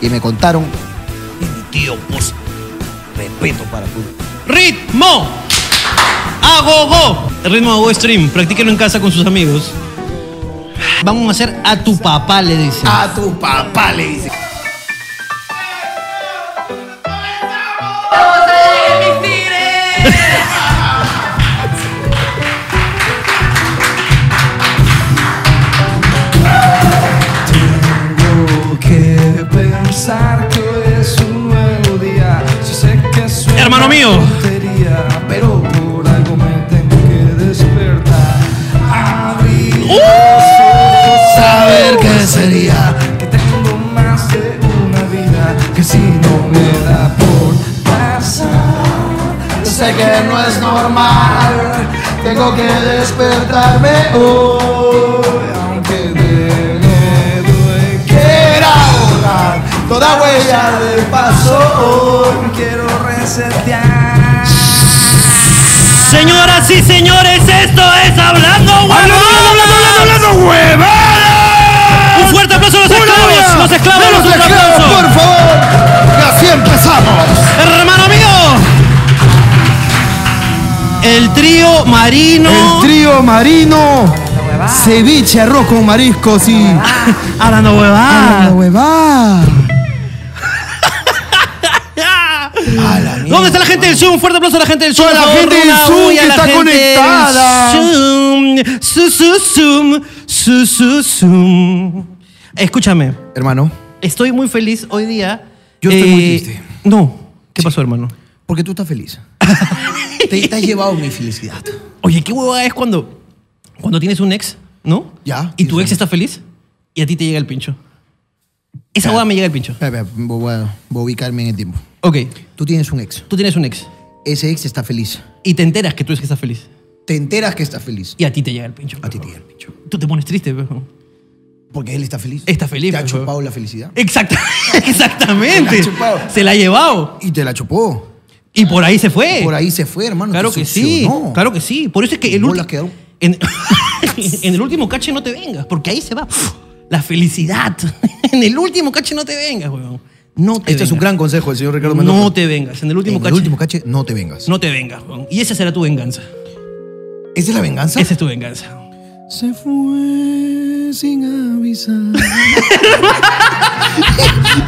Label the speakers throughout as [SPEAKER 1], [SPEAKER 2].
[SPEAKER 1] y me contaron. Y mi tío puso respeto para tu
[SPEAKER 2] ¡Ritmo! ¡A go, go! El Ritmo a go stream. Practíquenlo en casa con sus amigos. Vamos a hacer a tu papá, le dicen.
[SPEAKER 1] A tu papá le dice.
[SPEAKER 3] pensar que hoy es un nuevo día. Yo sé que suena
[SPEAKER 2] Hermano mío.
[SPEAKER 3] tontería, pero por algo me tengo que despertar. Abrir
[SPEAKER 2] Uh.
[SPEAKER 3] los ojos, saber qué sería. Que tengo más de una vida que si no me da por pasar. Yo sé que no es normal. Tengo que despertarme hoy. Aunque de miedo y quiera borrar toda huella del paso, hoy me quiero resetear.
[SPEAKER 2] Señoras y señores, esto es Hablando Huevadas. Un fuerte aplauso a los esclavos. Los esclavos,
[SPEAKER 1] ¡De
[SPEAKER 2] otro
[SPEAKER 1] los esclavos,
[SPEAKER 2] aplauso.
[SPEAKER 1] por favor! Y así empezamos.
[SPEAKER 2] Hermano mío. El trío marino.
[SPEAKER 1] El trío marino, ceviche, arroz con mariscos y.
[SPEAKER 2] Hablando
[SPEAKER 1] ¡A la
[SPEAKER 2] huevada.
[SPEAKER 1] huevada!
[SPEAKER 2] ¿Dónde está la gente del Zoom? Fuerte aplauso a la gente del Zoom.
[SPEAKER 1] Toda la
[SPEAKER 2] por favor,
[SPEAKER 1] gente del
[SPEAKER 2] una
[SPEAKER 1] Zoom que
[SPEAKER 2] bulla a la
[SPEAKER 1] está
[SPEAKER 2] gente del
[SPEAKER 1] conectada.
[SPEAKER 2] Zoom. Su, su, Zoom. Su, su, Zoom. Escúchame.
[SPEAKER 1] Hermano,
[SPEAKER 2] Estoy muy feliz hoy día. Eh,
[SPEAKER 1] Yo estoy muy triste.
[SPEAKER 2] No. ¿Qué pasó, hermano?
[SPEAKER 1] porque tú estás feliz. te, te has llevado mi felicidad.
[SPEAKER 2] Oye, qué hueva es cuando, cuando tienes un ex, ¿no?
[SPEAKER 1] Ya,
[SPEAKER 2] Y tu ex
[SPEAKER 1] diferente.
[SPEAKER 2] está feliz y a ti te llega el pincho. Esa
[SPEAKER 1] Ya.
[SPEAKER 2] hueva me llega el pincho.
[SPEAKER 1] Espera, espera, voy a, voy a ubicarme en el tiempo.
[SPEAKER 2] Ok.
[SPEAKER 1] Tú tienes un ex.
[SPEAKER 2] Tú tienes un ex
[SPEAKER 1] Ese ex está feliz.
[SPEAKER 2] y te enteras que tu ex está feliz
[SPEAKER 1] Te enteras que está feliz.
[SPEAKER 2] y a ti te llega el pincho.
[SPEAKER 1] A ti te
[SPEAKER 2] huevón.
[SPEAKER 1] llega el pincho.
[SPEAKER 2] Tú te pones triste, pero.
[SPEAKER 1] Porque él está feliz.
[SPEAKER 2] Está feliz,
[SPEAKER 1] Te ha
[SPEAKER 2] pues, huevón.
[SPEAKER 1] chupado la felicidad.
[SPEAKER 2] Exacta- exactamente.
[SPEAKER 1] Se la ha chupado.
[SPEAKER 2] Se la ha llevado.
[SPEAKER 1] Y te la chupó.
[SPEAKER 2] Y por ahí se fue.
[SPEAKER 1] Por ahí se fue, hermano.
[SPEAKER 2] Eh. Claro
[SPEAKER 1] te
[SPEAKER 2] que sí.
[SPEAKER 1] succionó.
[SPEAKER 2] Claro que sí. Por eso es que el
[SPEAKER 1] Bolas quedaron.
[SPEAKER 2] último. En, en el último cache no te vengas, porque ahí se va pf, la felicidad. En el último cache no te vengas, weón. No te
[SPEAKER 1] Este
[SPEAKER 2] vengas.
[SPEAKER 1] es un gran consejo del señor Ricardo Mendoza.
[SPEAKER 2] No te vengas. En el último
[SPEAKER 1] en
[SPEAKER 2] cache.
[SPEAKER 1] el último cache, no te vengas.
[SPEAKER 2] No te vengas, weón. Y esa será tu venganza.
[SPEAKER 1] ¿Esa es la venganza?
[SPEAKER 2] Esa es tu venganza.
[SPEAKER 3] Se fue sin avisar.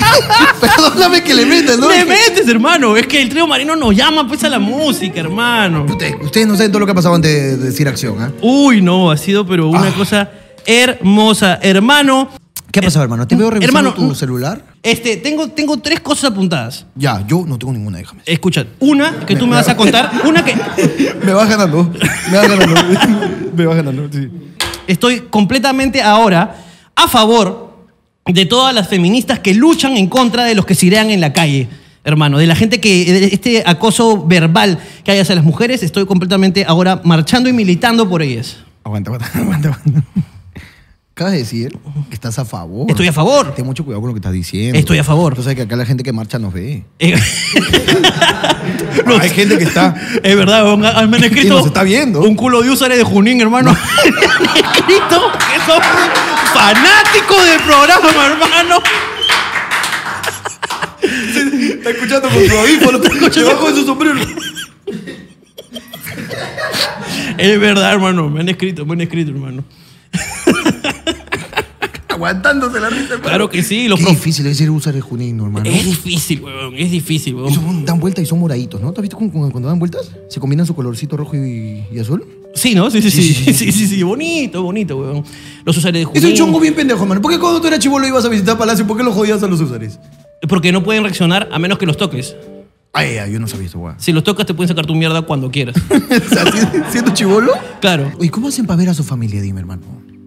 [SPEAKER 1] Perdóname que le metas, ¿no?
[SPEAKER 2] ¡Te
[SPEAKER 1] Es que-
[SPEAKER 2] metes, hermano! Es que el trío marino nos llama pues a la música, hermano.
[SPEAKER 1] Ustedes- Ustedes no saben todo lo que ha pasado antes de decir acción, ¿ah?
[SPEAKER 2] Uy, no, ha sido pero una
[SPEAKER 1] Ah.
[SPEAKER 2] cosa hermosa, hermano.
[SPEAKER 1] ¿Qué ha pasado, hermano? ¿Te veo revisando
[SPEAKER 2] Eh, hermano,
[SPEAKER 1] tu
[SPEAKER 2] mm.
[SPEAKER 1] celular?
[SPEAKER 2] Este, tengo, tengo tres cosas apuntadas.
[SPEAKER 1] Ya, yo no tengo ninguna, déjame.
[SPEAKER 2] Escucha, una que tú me vas a contar, una que
[SPEAKER 1] Me vas ganando. Me vas ganando. me vas ganando, sí.
[SPEAKER 2] estoy completamente ahora a favor de todas las feministas que luchan en contra de los que sirean en la calle, hermano, de la gente que de este acoso verbal que hay hacia las mujeres, estoy completamente ahora marchando y militando por ellas.
[SPEAKER 1] Aguanta, aguanta, aguanta, aguanta. Acabas de decir que estás a favor.
[SPEAKER 2] Estoy a favor.
[SPEAKER 1] Ten mucho cuidado con lo que estás diciendo.
[SPEAKER 2] Estoy a favor.
[SPEAKER 1] Tú sabes que acá la gente que marcha nos ve.
[SPEAKER 2] Eh,
[SPEAKER 1] Hay gente que está.
[SPEAKER 2] Es verdad, weón, han- me han escrito.
[SPEAKER 1] Y nos está viendo.
[SPEAKER 2] Un culo de usuario de Junín, hermano. me han escrito que son fanáticos del programa, hermano.
[SPEAKER 1] Está escuchando con su audífono, está escuchando debajo de su sombrero.
[SPEAKER 2] Es verdad, hermano. Me han escrito, me han escrito, hermano.
[SPEAKER 1] Aguantándose la risa.
[SPEAKER 2] Claro que sí, los
[SPEAKER 1] Qué
[SPEAKER 2] prof- Eh,
[SPEAKER 1] difícil es ser usar el junino, hermano.
[SPEAKER 2] Es difícil, weón. Es difícil,
[SPEAKER 1] Y
[SPEAKER 2] weón.
[SPEAKER 1] son- dan vueltas y son moraditos, ¿no? ¿Te has visto con- con- cuando dan vueltas? Se combinan su colorcito rojo y, y azul.
[SPEAKER 2] Sí, ¿no? Sí, sí, sí. Sí, sí, sí. Bonito, bonito, weón. Los usuarios de Junín.
[SPEAKER 1] Es un chongo bien pendejo, hermano. ¿Por qué cuando tú eras chivo lo ibas a visitar Palacio? ¿Por qué lo jodías a los usares?
[SPEAKER 2] Porque no pueden reaccionar a menos que los toques.
[SPEAKER 1] Ay, ay, yo no sabía esto, weón.
[SPEAKER 2] Si los tocas, te pueden sacar tu mierda cuando quieras.
[SPEAKER 1] ¿Siendo chivolo?
[SPEAKER 2] Claro.
[SPEAKER 1] ¿Y cómo hacen para ver a su familia, dime, hermano?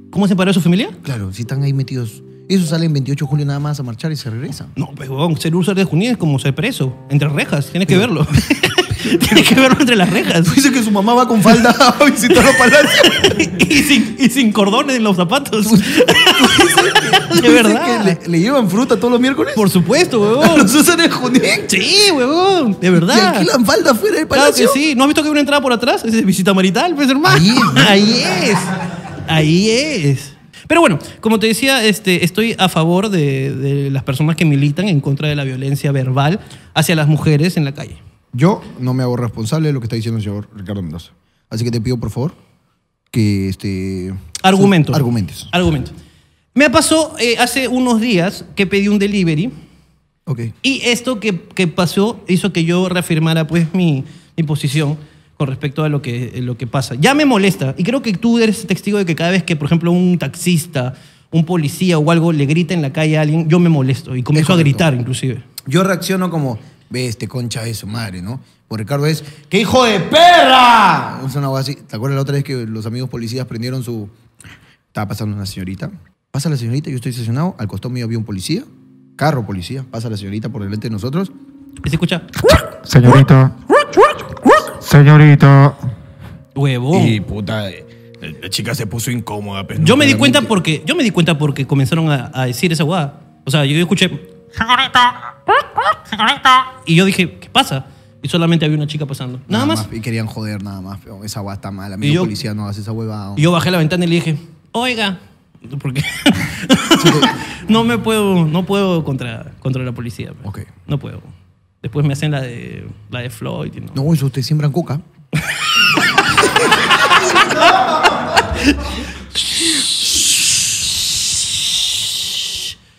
[SPEAKER 2] ¿Cómo se paró su familia?
[SPEAKER 1] Claro, si están ahí metidos. Esos salen 28 de julio nada más a marchar y se regresan.
[SPEAKER 2] No, pues, weón, ser usuario de Junín es como ser preso, entre rejas, tienes que verlo. tienes que verlo entre las rejas.
[SPEAKER 1] Pues Dice que su mamá va con falda a visitar los palacios.
[SPEAKER 2] y, sin, y sin cordones en los zapatos.
[SPEAKER 1] Pues,
[SPEAKER 2] de verdad.
[SPEAKER 1] Dice pues, que le, le llevan fruta todos los miércoles?
[SPEAKER 2] Por supuesto, weón.
[SPEAKER 1] los usan en Junín.
[SPEAKER 2] sí, weón, de
[SPEAKER 1] Y
[SPEAKER 2] verdad.
[SPEAKER 1] alquilan falda fuera del
[SPEAKER 2] Claro que
[SPEAKER 1] palacio.
[SPEAKER 2] sí. ¿No has visto que hay una entrada por atrás? Esa es visita marital, pues, hermano.
[SPEAKER 1] Ahí es, ¿no?
[SPEAKER 2] Ahí es. Ahí es. Pero bueno, como te decía, este, estoy a favor de, de las personas que militan en contra de la violencia verbal hacia las mujeres en la calle.
[SPEAKER 1] Yo no me hago responsable de lo que está diciendo el señor Ricardo Mendoza. Así que te pido, por favor, que este.
[SPEAKER 2] Argumento.
[SPEAKER 1] Argumentes.
[SPEAKER 2] Argumento. Me pasó eh, hace unos días que pedí un delivery
[SPEAKER 1] Ok.
[SPEAKER 2] y esto que, que pasó hizo que yo reafirmara pues mi, mi posición con respecto a lo que, eh, lo que pasa. Ya me molesta y creo que tú eres testigo de que cada vez que, por ejemplo, un taxista, un policía o algo le grita en la calle a alguien, yo me molesto y comienzo a
[SPEAKER 1] correcto.
[SPEAKER 2] gritar inclusive.
[SPEAKER 1] Yo reacciono como, ve este concha de su madre, ¿no? Por Ricardo es, ¡qué hijo
[SPEAKER 3] ¡Hijo de perra!
[SPEAKER 1] de-! Es una hueá así. ¿Te acuerdas la otra vez que los amigos policías prendieron su. Estaba pasando una señorita. Pasa la señorita, yo estoy estacionado. Al costado mío había un policía. Carro policía. Pasa la señorita por delante de nosotros.
[SPEAKER 2] ¿Se escucha?
[SPEAKER 4] Señorito. Señorito.
[SPEAKER 2] Huevón.
[SPEAKER 5] Y puta, eh, la chica se puso incómoda. pues, ¿no?
[SPEAKER 2] Yo me di
[SPEAKER 5] Claramente.
[SPEAKER 2] cuenta porque yo me di cuenta porque comenzaron a, a decir esa guada. O sea, yo escuché y yo dije, ¿qué pasa? Y solamente había una chica pasando. Nada, más.
[SPEAKER 1] Y querían joder nada más. pero Esa hueá está mal.
[SPEAKER 2] Y
[SPEAKER 1] Amigo
[SPEAKER 2] yo-
[SPEAKER 1] policía, no hagas esa huevada.
[SPEAKER 2] Y yo bajé la ventana y le dije, "Oiga, porque no me puedo no puedo contra contra la policía. pe.
[SPEAKER 1] Ok.
[SPEAKER 2] No puedo. Después me hacen la de la de Floyd y no.
[SPEAKER 1] No, eso ustedes siembran coca.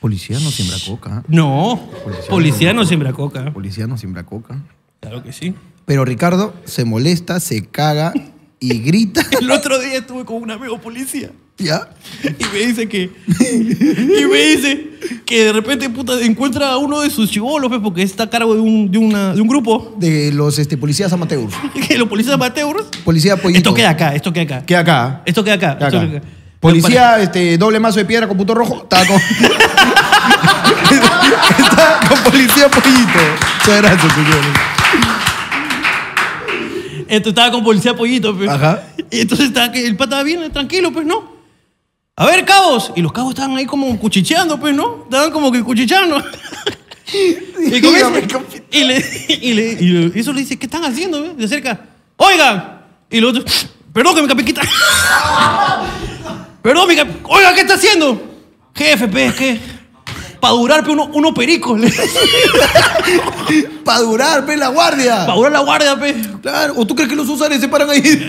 [SPEAKER 1] Policía no siembra coca.
[SPEAKER 2] No. Policía, no siembra coca.
[SPEAKER 1] Policía no siembra coca.
[SPEAKER 2] Claro que sí.
[SPEAKER 1] Pero Ricardo se molesta, se caga y grita.
[SPEAKER 2] El otro día estuve con un amigo policía.
[SPEAKER 1] ¿Ya?
[SPEAKER 2] Y me dice que. Y me dice que de repente puta, encuentra a uno de sus chivolos, pues, porque está a cargo de un, de una- de un grupo.
[SPEAKER 1] De los este, policías amateurs.
[SPEAKER 2] y Que los policías amateurs.
[SPEAKER 1] Policía pollito.
[SPEAKER 2] Esto queda acá, esto queda acá.
[SPEAKER 1] Queda acá. ¿ah?
[SPEAKER 2] Esto queda acá.
[SPEAKER 1] Queda
[SPEAKER 2] esto
[SPEAKER 1] acá.
[SPEAKER 2] queda acá.
[SPEAKER 1] Policía, este, doble mazo de piedra con punto rojo. Está con. está con policía pollito. Muchas gracias, señores.
[SPEAKER 2] Esto estaba con policía pollito, pues.
[SPEAKER 1] Ajá.
[SPEAKER 2] Y entonces estaba que el pata estaba bien, tranquilo, pues, ¿no? A ver, cabos. Y los cabos estaban ahí como cuchicheando, pues, ¿no? Estaban como que cuchicheando. y, con eso- y le, y, le, y le- y eso le dice, ¿qué están haciendo? ve?" De cerca. ¡Oigan! Y los otros, perdón que me capiquita. perdón, mi cap... Oiga, ¿qué está haciendo? Jefe, pe, es que... Para durar, pe, uno, uno perico.
[SPEAKER 1] Para durar, ve la guardia.
[SPEAKER 2] Para durar la guardia, pe.
[SPEAKER 1] Claro, ¿o tú crees que los usares se paran ahí? Limpios.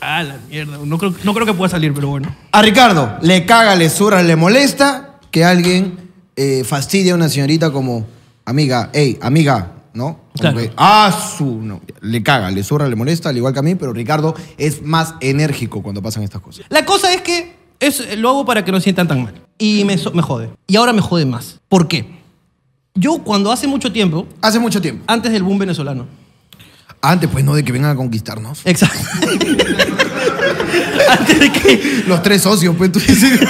[SPEAKER 2] Ah, la mierda. No creo, no creo que pueda salir, pero bueno.
[SPEAKER 1] A Ricardo, le caga, le zurra, le molesta que alguien eh, fastidie a una señorita como, amiga, hey, amiga, ¿no? Como
[SPEAKER 2] Claro.
[SPEAKER 1] que, ah, su, no. Le caga, le zurra, le molesta, al igual que a mí, pero Ricardo es más enérgico cuando pasan estas cosas.
[SPEAKER 2] La cosa es que es, lo hago para que no se sientan tan mal. Y me, so- me jode. Y ahora me jode más. ¿Por qué? Yo cuando hace mucho tiempo,
[SPEAKER 1] Hace mucho tiempo.
[SPEAKER 2] antes del boom venezolano.
[SPEAKER 1] Antes, pues, no de que vengan a conquistarnos.
[SPEAKER 2] Exacto. antes de que...
[SPEAKER 1] Los tres socios, pues, tú dices.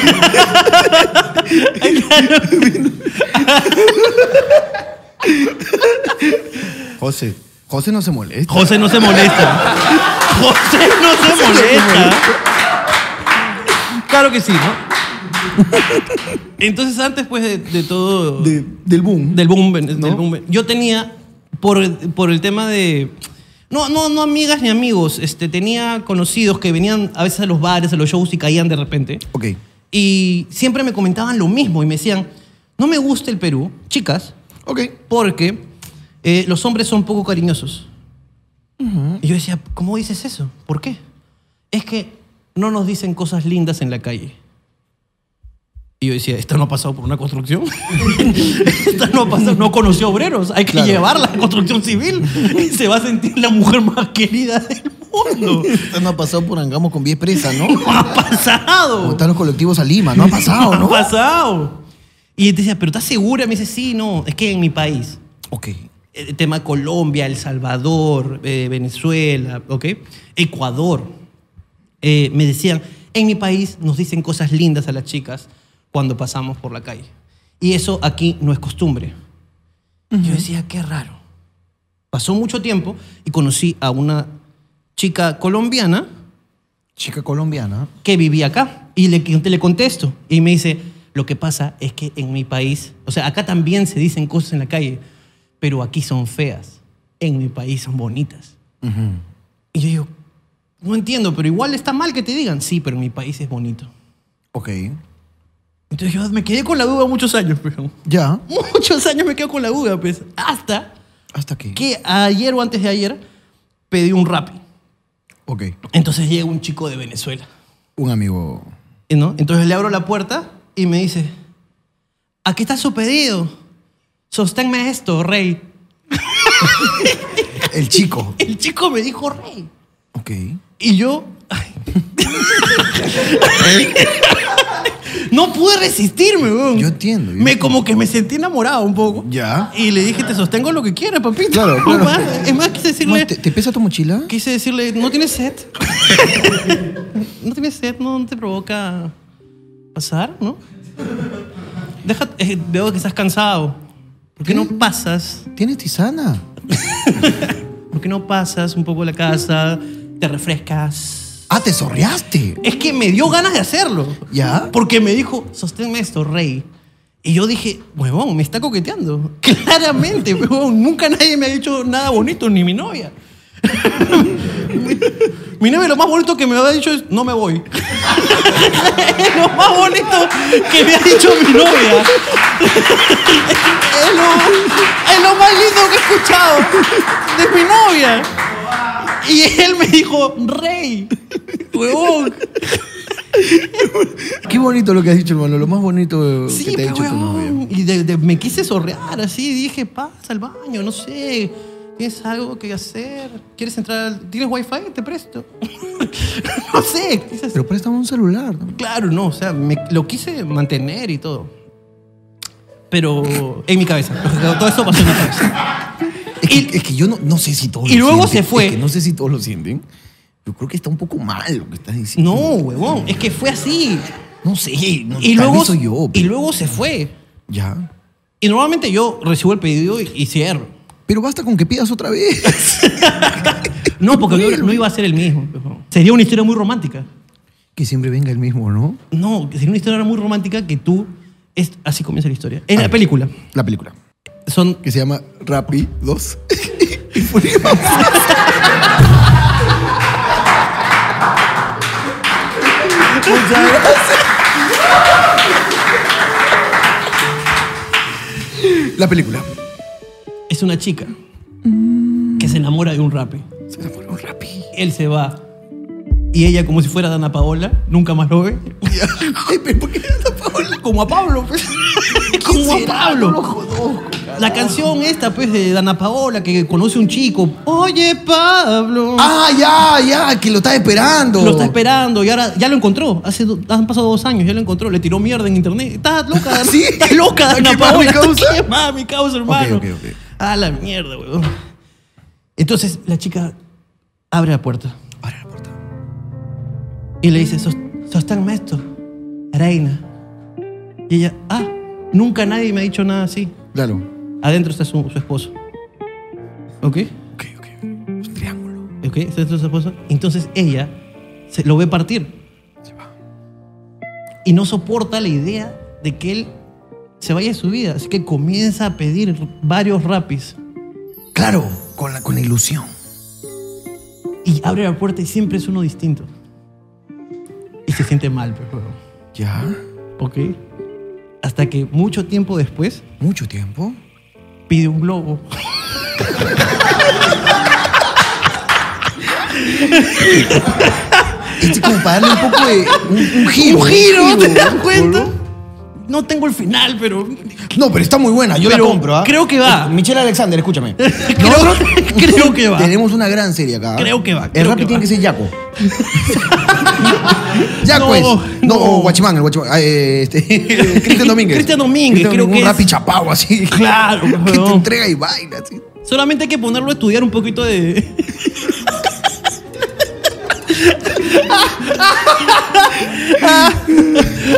[SPEAKER 1] José, José no se molesta.
[SPEAKER 2] José no se molesta. José no se molesta. Claro que sí, ¿no? Entonces antes pues de, de todo...
[SPEAKER 1] De- del boom.
[SPEAKER 2] Del boom, ven- del boom ven- Yo tenía, por, por el tema de... No, no, no amigas ni amigos. Este, tenía conocidos que venían a veces a los bares, a los shows y caían de repente.
[SPEAKER 1] Ok.
[SPEAKER 2] Y siempre me comentaban lo mismo y me decían, no me gusta el Perú, chicas,
[SPEAKER 1] Ok.
[SPEAKER 2] porque eh, los hombres son poco cariñosos. Y yo decía, ¿cómo dices eso? ¿Por qué? Es que no nos dicen cosas lindas en la calle. Y yo decía, ¿esta no ha pasado por una construcción? ¿Esta no ha pasado? No conoció obreros. Hay que
[SPEAKER 1] Claro.
[SPEAKER 2] llevarla a construcción civil. Y se va a sentir la mujer más querida del mundo.
[SPEAKER 1] Esto no ha pasado por Angamos con 10 presas, ¿no?
[SPEAKER 2] No ha pasado.
[SPEAKER 1] Como están los colectivos a Lima, no ha pasado,
[SPEAKER 2] No ha
[SPEAKER 1] ¿no?
[SPEAKER 2] pasado. Y te decía, ¿pero estás segura? Me dice, sí, no, es que en mi país.
[SPEAKER 1] Ok.
[SPEAKER 2] El Eh, tema Colombia, El Salvador, eh, Venezuela, ¿ok? Ecuador. Eh, me decían, en mi país nos dicen cosas lindas a las chicas cuando pasamos por la calle. Y eso aquí no es costumbre. Yo decía, qué raro. Pasó mucho tiempo y conocí a una chica colombiana
[SPEAKER 1] Chica colombiana.
[SPEAKER 2] que vivía acá. Y le, le contesto. Y me dice, lo que pasa es que en mi país, o sea, acá también se dicen cosas en la calle, pero aquí son feas. En mi país son bonitas. Y yo digo, no entiendo, pero igual está mal que te digan, sí, pero mi país es bonito.
[SPEAKER 1] Ok.
[SPEAKER 2] Entonces yo me quedé con la duda muchos años, pero
[SPEAKER 1] Ya.
[SPEAKER 2] muchos años me quedo con la duda, pues. Hasta
[SPEAKER 1] Hasta aquí.
[SPEAKER 2] que ayer o antes de ayer pedí un rap.
[SPEAKER 1] Ok.
[SPEAKER 2] Entonces llega un chico de Venezuela,
[SPEAKER 1] Un amigo.
[SPEAKER 2] ¿no? Entonces le abro la puerta y me dice, aquí está su pedido. Sosténme esto, rey.
[SPEAKER 1] El chico.
[SPEAKER 2] El chico me dijo rey.
[SPEAKER 1] Ok.
[SPEAKER 2] Y yo... ay. no pude resistirme, weón.
[SPEAKER 1] Yo entiendo, yo
[SPEAKER 2] me
[SPEAKER 1] entiendo.
[SPEAKER 2] como que me sentí enamorado un poco.
[SPEAKER 1] Ya.
[SPEAKER 2] Y le dije, te sostengo lo que quieras, papito.
[SPEAKER 1] Claro,
[SPEAKER 2] Es
[SPEAKER 1] claro.
[SPEAKER 2] más- Es más, quise decirle...
[SPEAKER 1] Más, ¿te, te pesa tu mochila?
[SPEAKER 2] Quise decirle, no tienes sed. no tienes sed, no no te provoca pasar, ¿no? Deja, eh, veo que estás cansado. ¿Por qué no pasas?
[SPEAKER 1] ¿Tienes tisana?
[SPEAKER 2] ¿Por qué no pasas un poco la casa? Te refrescas.
[SPEAKER 1] Ah, te sorreaste.
[SPEAKER 2] Es que me dio ganas de hacerlo.
[SPEAKER 1] ¿Ya?
[SPEAKER 2] ¿Ah? Porque me dijo, sosténme esto, rey. Y yo dije, huevón, me está coqueteando. Claramente, huevón, nunca nadie me ha dicho nada bonito, ni mi novia. mi, mi novia lo más bonito que me había dicho es, no me voy. es lo más bonito que me ha dicho mi novia. es, lo, es lo más lindo que he escuchado de mi novia. Y él me dijo, rey, huevón.
[SPEAKER 1] Qué bonito lo que has dicho, hermano. Lo más bonito eh, que te ha
[SPEAKER 2] pero
[SPEAKER 1] dicho tu
[SPEAKER 2] huevón,
[SPEAKER 1] novia.
[SPEAKER 2] pues, Y de- de- me quise sorrear así, dije, pasa al baño, no sé. ¿Tienes algo que hacer? ¿Quieres entrar? al- ¿Tienes wifi? Te presto. no sé. quise hacer-
[SPEAKER 1] Pero préstame un celular. ¿no?
[SPEAKER 2] Claro, no, o sea, me- lo quise mantener y todo. Pero en mi cabeza. Todo eso pasó en mi cabeza.
[SPEAKER 1] Es que,
[SPEAKER 2] Y-
[SPEAKER 1] es que yo no, no sé si todos
[SPEAKER 2] y
[SPEAKER 1] lo
[SPEAKER 2] luego
[SPEAKER 1] sienten.
[SPEAKER 2] se fue.
[SPEAKER 1] Es que no sé si todos lo sienten. Yo creo que está un poco mal lo que estás diciendo.
[SPEAKER 2] No, huevón, es que fue así.
[SPEAKER 1] No sé. No, tal
[SPEAKER 2] Y luego,
[SPEAKER 1] vez soy yo.
[SPEAKER 2] y
[SPEAKER 1] pero-
[SPEAKER 2] luego se fue.
[SPEAKER 1] Ya.
[SPEAKER 2] Y normalmente yo recibo el pedido y, y cierro.
[SPEAKER 1] Pero basta con que pidas otra vez.
[SPEAKER 2] No, porque no, no iba a ser el mismo. huevón. Sería una historia muy romántica.
[SPEAKER 1] que siempre venga el mismo, ¿no?
[SPEAKER 2] No, que sería una historia muy romántica que tú. Es, así comienza la historia. En
[SPEAKER 1] Ah.
[SPEAKER 2] la película.
[SPEAKER 1] La película.
[SPEAKER 2] Son.
[SPEAKER 1] Que se llama Rappi 2. La película.
[SPEAKER 2] Es una chica que se enamora de un rape.
[SPEAKER 1] Se enamoró de un Rappi.
[SPEAKER 2] Él se va. Y ella, como si fuera Dana Paola, nunca más lo ve.
[SPEAKER 1] Ay, pero ¿por qué la Paola?
[SPEAKER 2] Como a Pablo, pues. Como a Pablo. la canción esta, pues, de Dana Paola, que conoce a un chico. Oye, Pablo.
[SPEAKER 1] Ah, ya, ya, que lo está esperando.
[SPEAKER 2] Lo está esperando y ahora ya lo encontró. Hace, do- han pasado dos años, ya lo encontró. Le tiró mierda en internet. Estás loca, Dana?
[SPEAKER 1] ¿Sí?
[SPEAKER 2] Estás loca,
[SPEAKER 1] ¿Está
[SPEAKER 2] Dana
[SPEAKER 1] quemada
[SPEAKER 2] Paola.
[SPEAKER 1] mi
[SPEAKER 2] Estás
[SPEAKER 1] causa?
[SPEAKER 2] quemada mi causa, hermano.
[SPEAKER 1] ok, ok.
[SPEAKER 2] A la mierda, weón. Entonces la chica abre la puerta
[SPEAKER 1] Abre la puerta.
[SPEAKER 2] y le dice, "Sos- sosténme esto, reina. Y ella, ah, nunca nadie me ha dicho nada así.
[SPEAKER 1] Claro.
[SPEAKER 2] Adentro está su, su esposo. ¿Ok?
[SPEAKER 1] Ok, ok. Un triángulo.
[SPEAKER 2] ¿Ok? Está adentro su esposo. Entonces ella se, lo ve partir.
[SPEAKER 1] Se va.
[SPEAKER 2] y no soporta la idea de que él se vaya de su vida. Así que comienza a pedir varios rapis
[SPEAKER 1] Claro, con la, con la ilusión.
[SPEAKER 2] y abre la puerta y siempre es uno distinto. Y se siente mal, pero.
[SPEAKER 1] Ya.
[SPEAKER 2] ¿Ok? Hasta que mucho tiempo después
[SPEAKER 1] Mucho tiempo.
[SPEAKER 2] pide un globo.
[SPEAKER 1] Este como para darle un poco de. Un, un giro.
[SPEAKER 2] ¡Un giro! ¿Te das
[SPEAKER 1] ¿no?
[SPEAKER 2] cuenta? No tengo el final, pero.
[SPEAKER 1] No, pero está muy buena. Yo
[SPEAKER 2] Pero
[SPEAKER 1] la compro, ¿ah?
[SPEAKER 2] creo que va.
[SPEAKER 1] Michelle Alexander, escúchame.
[SPEAKER 2] Creo, creo que va.
[SPEAKER 1] Tenemos una gran serie acá. ¿ah?
[SPEAKER 2] Creo que va,
[SPEAKER 1] El
[SPEAKER 2] creo
[SPEAKER 1] rap
[SPEAKER 2] que
[SPEAKER 1] tiene
[SPEAKER 2] va.
[SPEAKER 1] que ser Yaco. Yaco
[SPEAKER 2] No,
[SPEAKER 1] es. No,
[SPEAKER 2] no.
[SPEAKER 1] o Guachimán, el Guachimán. Ah, eh, este, Cristian Domínguez.
[SPEAKER 2] Cristian Domínguez, creo
[SPEAKER 1] un
[SPEAKER 2] que
[SPEAKER 1] Un rap
[SPEAKER 2] es.
[SPEAKER 1] chapao así.
[SPEAKER 2] Claro,
[SPEAKER 1] Que te
[SPEAKER 2] weón.
[SPEAKER 1] entrega y baila así.
[SPEAKER 2] Solamente hay que ponerlo a estudiar un poquito de.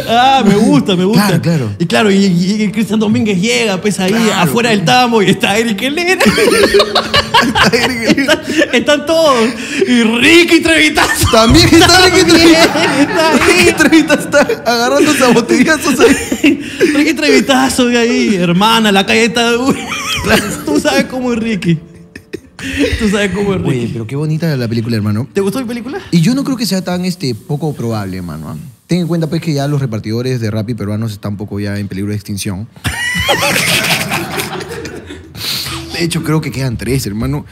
[SPEAKER 2] ah, me gusta, me gusta.
[SPEAKER 1] Claro, claro.
[SPEAKER 2] Y claro, y, y- y Cristian Domínguez llega, pues ahí
[SPEAKER 1] Claro.
[SPEAKER 2] afuera del tambo y está Eric Helena. Está- están todos. Y Ricky Trevitazo.
[SPEAKER 1] También está Ricky
[SPEAKER 2] está
[SPEAKER 1] Trevita.
[SPEAKER 2] ahí.
[SPEAKER 1] Ricky Trevita está agarrando sabotellazos ahí.
[SPEAKER 2] Ricky Trevitazo de ahí, hermana, la calle está dura. Tú sabes cómo es Ricky. Tú sabes cómo es Ricky.
[SPEAKER 1] Oye, pero qué bonita la película, hermano.
[SPEAKER 2] ¿Te gustó mi película?
[SPEAKER 1] Y yo no creo que sea tan este, poco probable, hermano. ¿ah? Ten en cuenta pues que ya los repartidores de Rappi peruanos están un poco ya en peligro de extinción. De hecho, creo que quedan tres, hermano.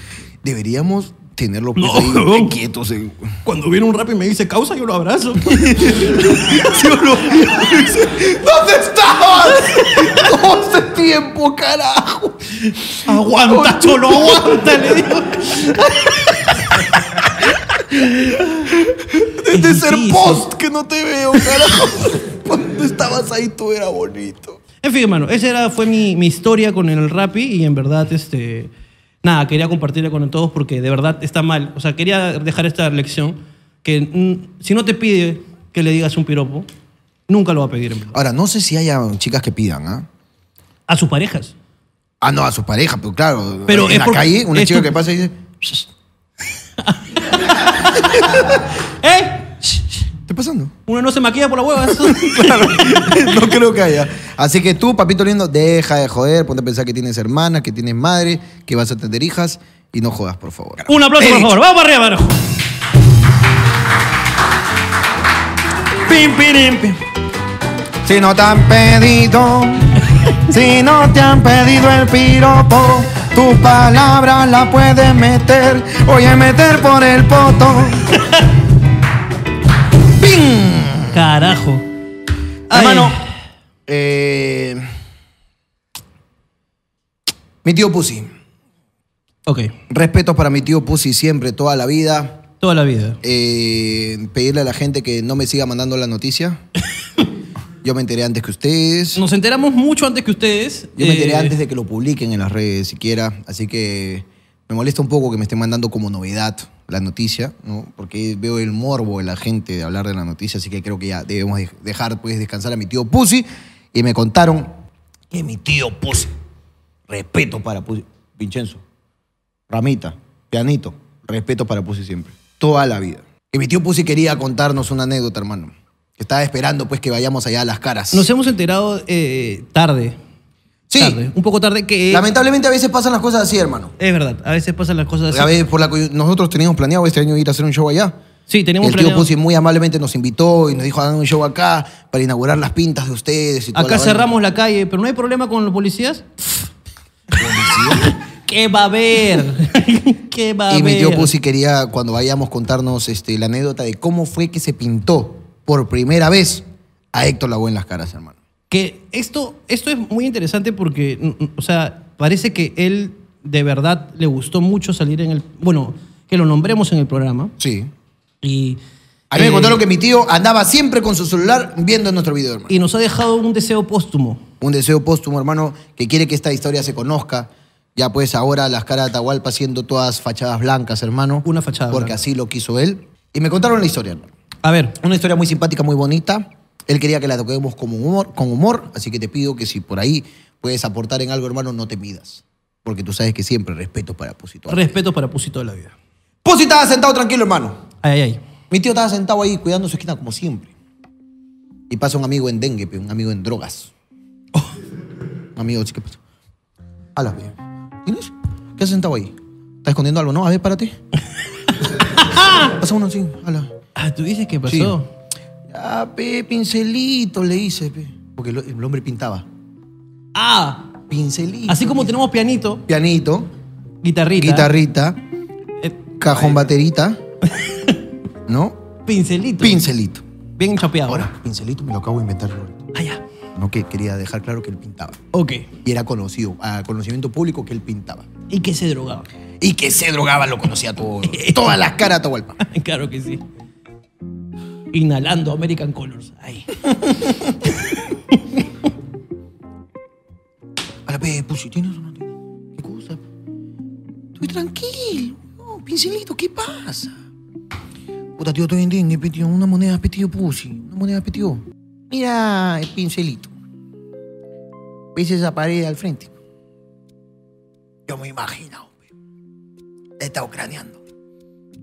[SPEAKER 1] Deberíamos tenerlo pues,
[SPEAKER 2] No,
[SPEAKER 1] ahí,
[SPEAKER 2] huevón.
[SPEAKER 1] quietos. eh.
[SPEAKER 2] Cuando viene un rap y me dice causa, yo lo abrazo. ¿Sí o no?
[SPEAKER 1] ¿Dónde estabas? Todo este tiempo, carajo.
[SPEAKER 2] Aguanta, cholo, aguanta, le digo. Es
[SPEAKER 1] Desde ser
[SPEAKER 2] difícil.
[SPEAKER 1] post que no te veo, carajo. Cuando estabas ahí tú era bonito.
[SPEAKER 2] En fin, hermano, esa era, fue mi, mi historia con el Rappi y en verdad, este, nada, quería compartirla con todos porque de verdad está mal. O sea, quería dejar esta lección que mm, si no te pide que le digas un piropo, nunca lo va a pedir en verdad.
[SPEAKER 1] Ahora, no sé si haya chicas que pidan, ¿ah?
[SPEAKER 2] A sus parejas.
[SPEAKER 1] Ah, no, a su pareja, pero claro.
[SPEAKER 2] Pero
[SPEAKER 1] en
[SPEAKER 2] es
[SPEAKER 1] la
[SPEAKER 2] porque-
[SPEAKER 1] calle, una
[SPEAKER 2] es
[SPEAKER 1] chica
[SPEAKER 2] tu-
[SPEAKER 1] que pasa y dice,
[SPEAKER 2] ¿Eh?
[SPEAKER 1] ¿qué pasando?
[SPEAKER 2] Uno no se maquilla por la hueva.
[SPEAKER 1] no creo que haya. Así que tú, papito lindo, deja de joder, ponte a pensar que tienes hermanas, que tienes madre, que vas a tener hijas y no jodas, por favor.
[SPEAKER 2] un aplauso, por
[SPEAKER 1] Eric.
[SPEAKER 2] favor. Vamos para arriba, hermano. Pim, pirim, pim.
[SPEAKER 1] Si no te han pedido, si no te han pedido el piropo, tu palabra la puedes meter, oye, meter por el poto. ¡Ping!
[SPEAKER 2] Carajo. Ay.
[SPEAKER 1] Hermano, eh, mi tío Pussy.
[SPEAKER 2] Ok,
[SPEAKER 1] Respetos para mi tío Pussy siempre, toda la vida.
[SPEAKER 2] toda la vida.
[SPEAKER 1] Eh, pedirle a la gente que no me siga mandando la noticia. Yo me enteré antes que ustedes.
[SPEAKER 2] Nos enteramos mucho antes que ustedes.
[SPEAKER 1] Yo me enteré
[SPEAKER 2] eh,
[SPEAKER 1] antes de que lo publiquen en las redes siquiera. Así que me molesta un poco que me estén mandando como novedad la noticia, ¿no? Porque veo el morbo de la gente de hablar de la noticia. Así que creo que ya debemos de- dejar pues descansar a mi tío Pussy. Y me contaron que mi tío Pussy, respeto para Pussy, Vincenzo, Ramita, Pianito, respeto para Pussy siempre. Toda la vida. Que mi tío Pussy quería contarnos una anécdota, hermano. Que estaba esperando pues que vayamos allá a las caras.
[SPEAKER 2] Nos hemos enterado eh, tarde.
[SPEAKER 1] Sí.
[SPEAKER 2] Tarde, un poco tarde que...
[SPEAKER 1] Lamentablemente a veces pasan las cosas así, hermano.
[SPEAKER 2] es verdad, a veces pasan las cosas
[SPEAKER 1] A
[SPEAKER 2] así.
[SPEAKER 1] ver, por la coyun- nosotros teníamos planeado este año ir a hacer un show allá.
[SPEAKER 2] Sí, tenemos
[SPEAKER 1] el tío
[SPEAKER 2] planeado.
[SPEAKER 1] Pussy muy amablemente nos invitó y nos dijo hagan un show acá para inaugurar las pintas de ustedes. Y toda
[SPEAKER 2] Acá
[SPEAKER 1] la vaina".
[SPEAKER 2] cerramos la calle, pero no hay problema con los policías. ¿Qué va a haber? ¿Qué va a
[SPEAKER 1] Y
[SPEAKER 2] haber?
[SPEAKER 1] mi tío Pussy quería, cuando vayamos, contarnos este, la anécdota de cómo fue que se pintó por primera vez a Héctor Lavoe en las caras, hermano.
[SPEAKER 2] Que esto, esto es muy interesante porque, mm, mm, o sea, parece que él de verdad le gustó mucho salir en el... Bueno, que lo nombremos en el programa.
[SPEAKER 1] Sí.
[SPEAKER 2] Y...
[SPEAKER 1] A mí
[SPEAKER 2] eh,
[SPEAKER 1] me contaron que mi tío andaba siempre con su celular viendo nuestro video, hermano.
[SPEAKER 2] Y nos ha dejado un deseo póstumo.
[SPEAKER 1] un deseo póstumo, hermano, que quiere que esta historia se conozca. Ya pues ahora las caras de Atahualpa siendo todas fachadas blancas, hermano.
[SPEAKER 2] Una fachada
[SPEAKER 1] Porque
[SPEAKER 2] blanca.
[SPEAKER 1] así lo quiso él. Y me contaron la historia, hermano.
[SPEAKER 2] A ver,
[SPEAKER 1] Una historia muy simpática, muy bonita. Él quería que la toquemos con humor, con humor, así que te pido que si por ahí puedes aportar en algo, hermano, no te midas. Porque tú sabes que siempre respeto para Pusito.
[SPEAKER 2] respeto para Pusito de la vida.
[SPEAKER 1] Pusi estaba sentado tranquilo, hermano.
[SPEAKER 2] Ay, ay, ay.
[SPEAKER 1] Mi tío estaba sentado ahí cuidando su esquina como siempre. Y pasa un amigo en dengue, pe, un amigo en drogas. Un amigo, ¿qué pasa? Ala, pe. ¿Tienes? ¿Qué has sentado ahí? ¿Estás escondiendo algo, no? A ver, párate. pasa uno así, ala.
[SPEAKER 2] Ah, tú dices que pasó.
[SPEAKER 1] Sí. Ya, Ah, pe, pincelito, le hice, pe. Porque el, el hombre pintaba.
[SPEAKER 2] Ah,
[SPEAKER 1] Pincelito.
[SPEAKER 2] así como tenemos pianito,
[SPEAKER 1] Pianito,
[SPEAKER 2] guitarrita,
[SPEAKER 1] guitarrita,
[SPEAKER 2] eh,
[SPEAKER 1] cajón baterita, ¿no?
[SPEAKER 2] pincelito.
[SPEAKER 1] Pincelito.
[SPEAKER 2] Bien chapeado.
[SPEAKER 1] Ahora, pincelito me lo acabo de inventar yo ahorita.
[SPEAKER 2] Ah, ya.
[SPEAKER 1] No, que quería dejar claro que él pintaba.
[SPEAKER 2] Ok.
[SPEAKER 1] y era conocido, a conocimiento público que él pintaba.
[SPEAKER 2] ¿Y qué se drogaba?
[SPEAKER 1] Y que se drogaba, lo conocía todo. todas las caras de Atahualpa.
[SPEAKER 2] claro que sí. Inhalando American Colors. Ahí.
[SPEAKER 1] A la vez, Pussy, ¿tienes o no tienes? ¿Qué cosa? Estoy tranquilo. No, pincelito, ¿qué pasa? Puta, tío, estoy en dengue, pe, tío. Una moneda, pe, tío, Pussy. Una moneda, pe, tío. Mira el pincelito. ¿Ves esa pared al frente? Yo me imagino, pe. He estado craneando.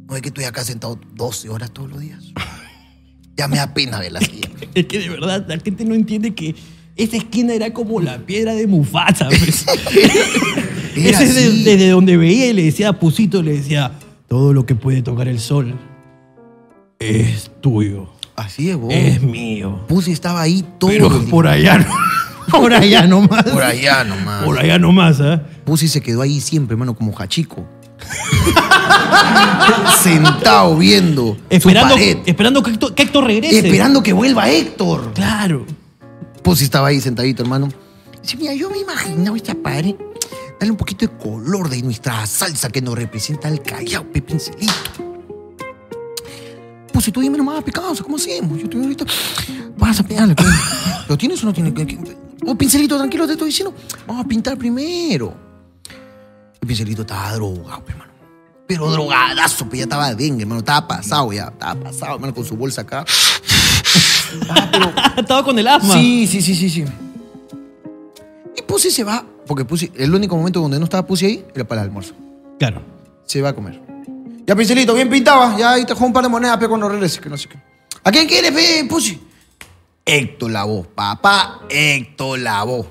[SPEAKER 1] No es que estoy acá sentado 12 horas todos los días. Ya me da pena ver la silla.
[SPEAKER 2] Es que de verdad la gente no entiende que esta esquina era como la piedra de Mufasa. pues.
[SPEAKER 1] Era
[SPEAKER 2] Ese es de-
[SPEAKER 1] así.
[SPEAKER 2] desde donde veía y le decía a Pusito, le decía, todo lo que puede tocar el sol es tuyo,
[SPEAKER 1] Así es, vos.
[SPEAKER 2] es mío.
[SPEAKER 1] Pussy estaba ahí Oh. todo
[SPEAKER 2] Pero
[SPEAKER 1] el-
[SPEAKER 2] por allá no. Por allá nomás.
[SPEAKER 1] por allá nomás.
[SPEAKER 2] Por allá nomás, ¿ah?
[SPEAKER 1] Pussy se quedó ahí siempre, hermano, como jachico. Sentado viendo
[SPEAKER 2] Esperando,
[SPEAKER 1] su pared.
[SPEAKER 2] esperando que, Héctor, que Héctor regrese.
[SPEAKER 1] Esperando que vuelva Héctor.
[SPEAKER 2] Claro.
[SPEAKER 1] Pussy Pues estaba ahí sentadito, hermano. Dice, mira, yo me imagino esta pared. Dale un poquito de color de nuestra salsa que nos representa el callao, pepincelito. Pussy, tú dime nomás, picados, ¿cómo hacemos? Yo estoy ahorita. Vas a pegarle, pe. ¿Lo tienes o no tienes? Oh, pincelito, tranquilo, te estoy diciendo. Vamos a pintar primero. El pincelito estaba drogado, pe, hermano. Pero drogadazo, pe, ya estaba bien, hermano. Estaba pasado ya, estaba pasado, hermano, con su bolsa acá.
[SPEAKER 2] Estaba con el asma.
[SPEAKER 1] Sí, sí, sí, sí, sí. Y Pussy se va, porque Pussy, el único momento donde no estaba Pussy ahí era para el almuerzo.
[SPEAKER 2] Claro.
[SPEAKER 1] Se va a comer. Ya, pincelito, bien pintaba. Ya ahí te dejó un par de monedas, pe, cuando regreses, que no sé qué. ¿A quién quieres, pe, Pussy? Héctor la voz, papá, Héctor la voz.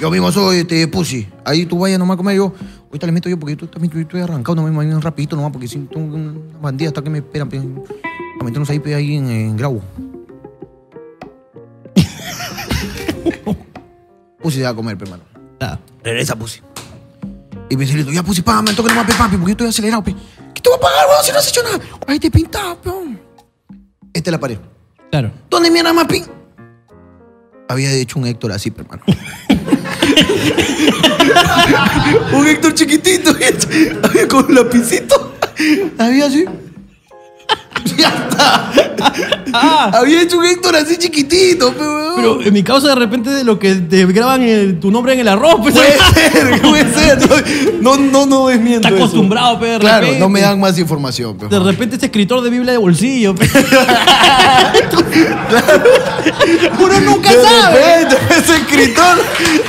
[SPEAKER 1] Yo mismo soy este Pussy. Ahí tú vayas nomás a comer. Yo, ahorita le meto yo porque tú también yo estoy arrancado nomás, más bien rapidito nomás, porque si tengo una bandida hasta que me esperan, pe, para meternos ahí, pe, ahí en, en Grau. Pussy se va a comer, pe, hermano. Ah.
[SPEAKER 2] Claro.
[SPEAKER 1] Regresa, Pussy. Y Pincelito, ya, Pussy, págame, toque nomás, pe, papi, porque yo estoy acelerado, pe. ¿Qué te voy a pagar, weón, si no has hecho nada? Ahí te pintaba, peón. Esta es la pared.
[SPEAKER 2] Claro.
[SPEAKER 1] ¿Dónde mierda más pin? Había hecho un Héctor así, pe, hermano. un Héctor chiquitito, hecho. Había con un lapicito. Había así. Ya está. Había hecho un Héctor así chiquitito, pe, weón.
[SPEAKER 2] Pero en mi causa de repente de lo que te graban el- tu nombre en el arroz, pues,
[SPEAKER 1] Puede ser, puede ser. No, no, no, no desmiento
[SPEAKER 2] Está
[SPEAKER 1] eso.
[SPEAKER 2] acostumbrado, pero de
[SPEAKER 1] Claro,
[SPEAKER 2] repente-
[SPEAKER 1] no me dan más información. pe,
[SPEAKER 2] De
[SPEAKER 1] man.
[SPEAKER 2] repente este escritor de Biblia de bolsillo. pe. Uno nunca
[SPEAKER 1] De
[SPEAKER 2] sabe.
[SPEAKER 1] repente, es escritor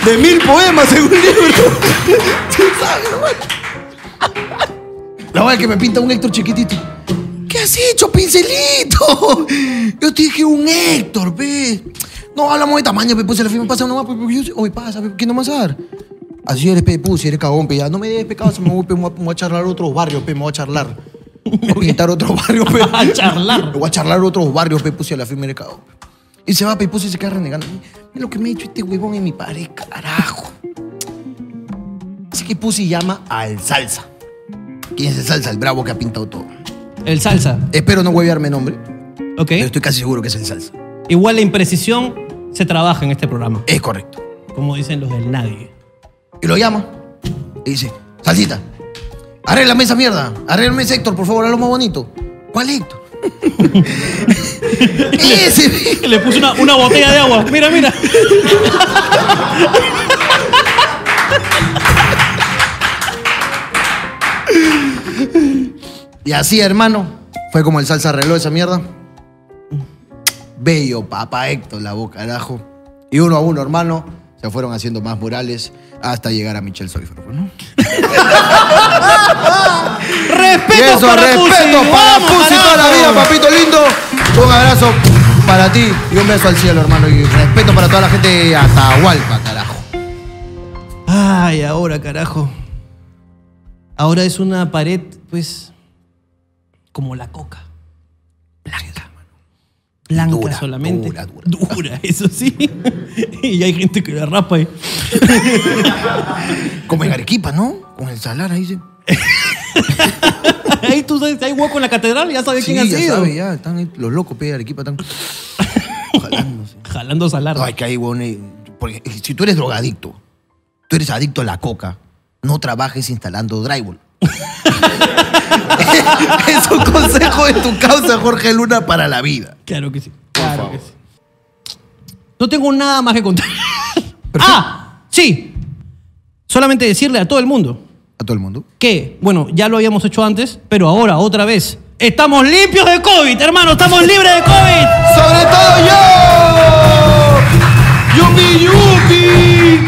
[SPEAKER 1] de mil poemas en un libro. Sí, sabe, no, man. La verdad es que me pinta un Héctor chiquitito. ¿Qué has hecho, pincelito? Yo te dije un Héctor, pe. No hablamos de tamaño, pe. Puse la firma, pasa nomás, pe. porque yo sé- Oye, pasa, pe. ¿Qué nomás dar? Así eres, pe. Puse, eres cagón, pe. Ya no me des pecado, se me voy, pe. Me voy a- me voy a charlar otro barrio, pe. Me voy a charlar. Me voy a pintar otro barrio, pe.
[SPEAKER 2] A charlar.
[SPEAKER 1] Me voy a charlar otros barrios, pe, puse a la firma de cagón. Y se va, pe, puse y se queda renegando. Mira lo que me ha hecho este huevón en mi pared, carajo. Así que puse y llama al salsa. ¿Quién es el salsa? El bravo que ha pintado todo.
[SPEAKER 2] El salsa.
[SPEAKER 1] Espero no huevearme nombre,
[SPEAKER 2] Ok.
[SPEAKER 1] pero estoy casi seguro que es el salsa.
[SPEAKER 2] Igual la imprecisión se trabaja en este programa.
[SPEAKER 1] Es correcto.
[SPEAKER 2] Como dicen los del nadie.
[SPEAKER 1] Y lo llama. Y dice, salsita, arréglame esa mierda. Arréglame ese Héctor, por favor, hazlo más bonito. ¿Cuál Héctor? ese, pe.
[SPEAKER 2] Le puse una, una botella de agua. Mira, mira.
[SPEAKER 1] Y así, hermano, fue como el salsa arregló esa mierda. Bello, papá Héctor, la boca, carajo. Y uno a uno, hermano, se fueron haciendo más murales hasta llegar a Michelle Soifer, ¿no? Y
[SPEAKER 2] Respeto
[SPEAKER 1] eso,
[SPEAKER 2] para
[SPEAKER 1] respeto
[SPEAKER 2] Pussy.
[SPEAKER 1] para
[SPEAKER 2] Vamos,
[SPEAKER 1] Pussy toda la
[SPEAKER 2] carajo.
[SPEAKER 1] vida, papito lindo. Un abrazo para ti y un beso al cielo, hermano. Y respeto para toda la gente de Atahualpa, carajo.
[SPEAKER 2] Ay, ahora, carajo. Ahora es una pared, pues, como la coca. Blanca. Blanca
[SPEAKER 1] Dura,
[SPEAKER 2] solamente.
[SPEAKER 1] dura, dura.
[SPEAKER 2] eso sí. y hay gente que la rapa. Y...
[SPEAKER 1] Como en Arequipa, ¿no? Con el salar ahí. se-
[SPEAKER 2] Ahí tú sabes, hay hueco en la catedral, ya sabes
[SPEAKER 1] Sí,
[SPEAKER 2] quién ha
[SPEAKER 1] ya
[SPEAKER 2] sido.
[SPEAKER 1] sabes, ya. Están ahí los locos, pe, de Arequipa, están jalándose.
[SPEAKER 2] Jalando salar.
[SPEAKER 1] No, es que hay huevones. Porque eh, si tú eres drogadicto, tú eres adicto a la coca, no trabajes instalando drywall. es un consejo de tu causa, Jorge Luna, para la vida.
[SPEAKER 2] Claro que sí. Claro que sí. No tengo nada más que contar. ah, sí. Solamente decirle a todo el mundo
[SPEAKER 1] A todo el mundo.
[SPEAKER 2] que, bueno, ya lo habíamos hecho antes, pero ahora, otra vez, estamos limpios de COVID, hermano, estamos libres de COVID.
[SPEAKER 1] ¡Sobre todo yo! ¡Yupi, yupi!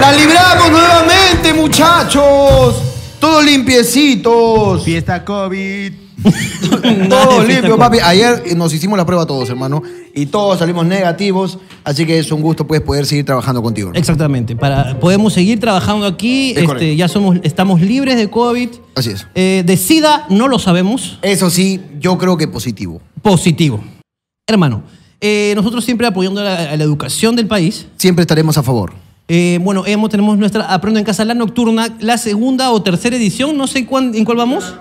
[SPEAKER 1] ¡La libramos nuevamente, muchachos! Todos limpiecitos.
[SPEAKER 4] Fiesta COVID.
[SPEAKER 1] Todo limpio, papi. Ayer nos hicimos la prueba todos, hermano. Y todos salimos negativos. Así que es un gusto pues, poder seguir trabajando contigo. hermano.
[SPEAKER 6] Exactamente. Para, podemos seguir trabajando aquí.
[SPEAKER 1] Es correcto.
[SPEAKER 6] Este, ya somos, estamos libres de COVID.
[SPEAKER 1] Así es.
[SPEAKER 6] Eh, de SIDA no lo sabemos.
[SPEAKER 1] Eso sí, yo creo que positivo.
[SPEAKER 6] Positivo. Hermano, eh, nosotros siempre apoyando la- a la educación del país.
[SPEAKER 1] Siempre estaremos a favor.
[SPEAKER 6] Eh, bueno, hemos, tenemos nuestra Aprendo en Casa, la nocturna, la segunda o tercera edición, no sé cuán- en cuál vamos.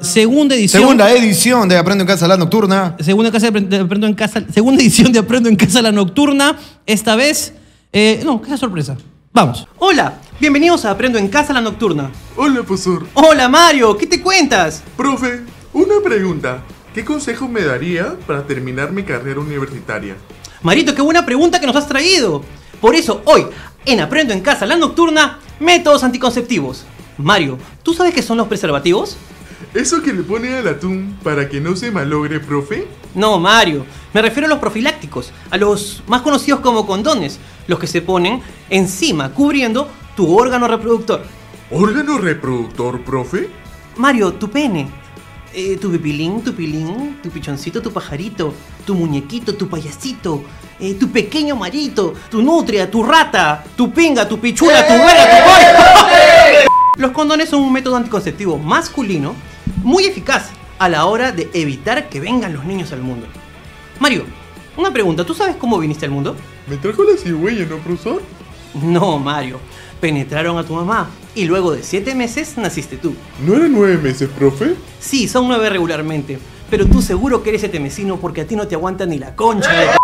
[SPEAKER 6] Segunda edición.
[SPEAKER 1] Segunda eh. edición de Aprendo en Casa la Nocturna.
[SPEAKER 6] Segunda, casa de Apre- de Aprendo en casa, segunda edición de Aprendo en Casa, la nocturna. Esta vez. eh, no, qué sorpresa. Vamos. Hola, bienvenidos a Aprendo en Casa, la nocturna.
[SPEAKER 4] Hola, profesor.
[SPEAKER 6] Hola, Mario, ¿qué te cuentas?
[SPEAKER 4] Profe, una pregunta. ¿Qué consejo me daría para terminar mi carrera universitaria?
[SPEAKER 6] Marito, qué buena pregunta que nos has traído. Por eso, hoy, en Aprendo en Casa, la nocturna, métodos anticonceptivos. Mario, ¿tú sabes qué son los preservativos?
[SPEAKER 4] ¿Eso que le pone al atún para que no se malogre, profe?
[SPEAKER 6] No, Mario, me refiero a los profilácticos, a los más conocidos como condones, los que se ponen encima, cubriendo tu órgano reproductor.
[SPEAKER 4] ¿Órgano reproductor, profe?
[SPEAKER 6] Mario, tu pene, eh, tu pipilín, tu pilín, tu pichoncito, tu pajarito, tu muñequito, tu payasito, eh, tu pequeño marito, tu nutria, tu rata, tu pinga, tu pichula, tu huela, tu boy. Los condones son un método anticonceptivo masculino muy eficaz a la hora de evitar que vengan los niños al mundo. Mario, una pregunta, ¿tú sabes cómo viniste al mundo?
[SPEAKER 4] ¿Me trajo la cigüeña, no, profesor?
[SPEAKER 6] No, Mario. Penetraron a tu mamá y luego de siete meses naciste tú.
[SPEAKER 4] ¿No eran nueve meses, profe?
[SPEAKER 6] Sí, son nueve regularmente, pero tú seguro que eres etemecino porque a ti no te aguanta ni la concha. de la-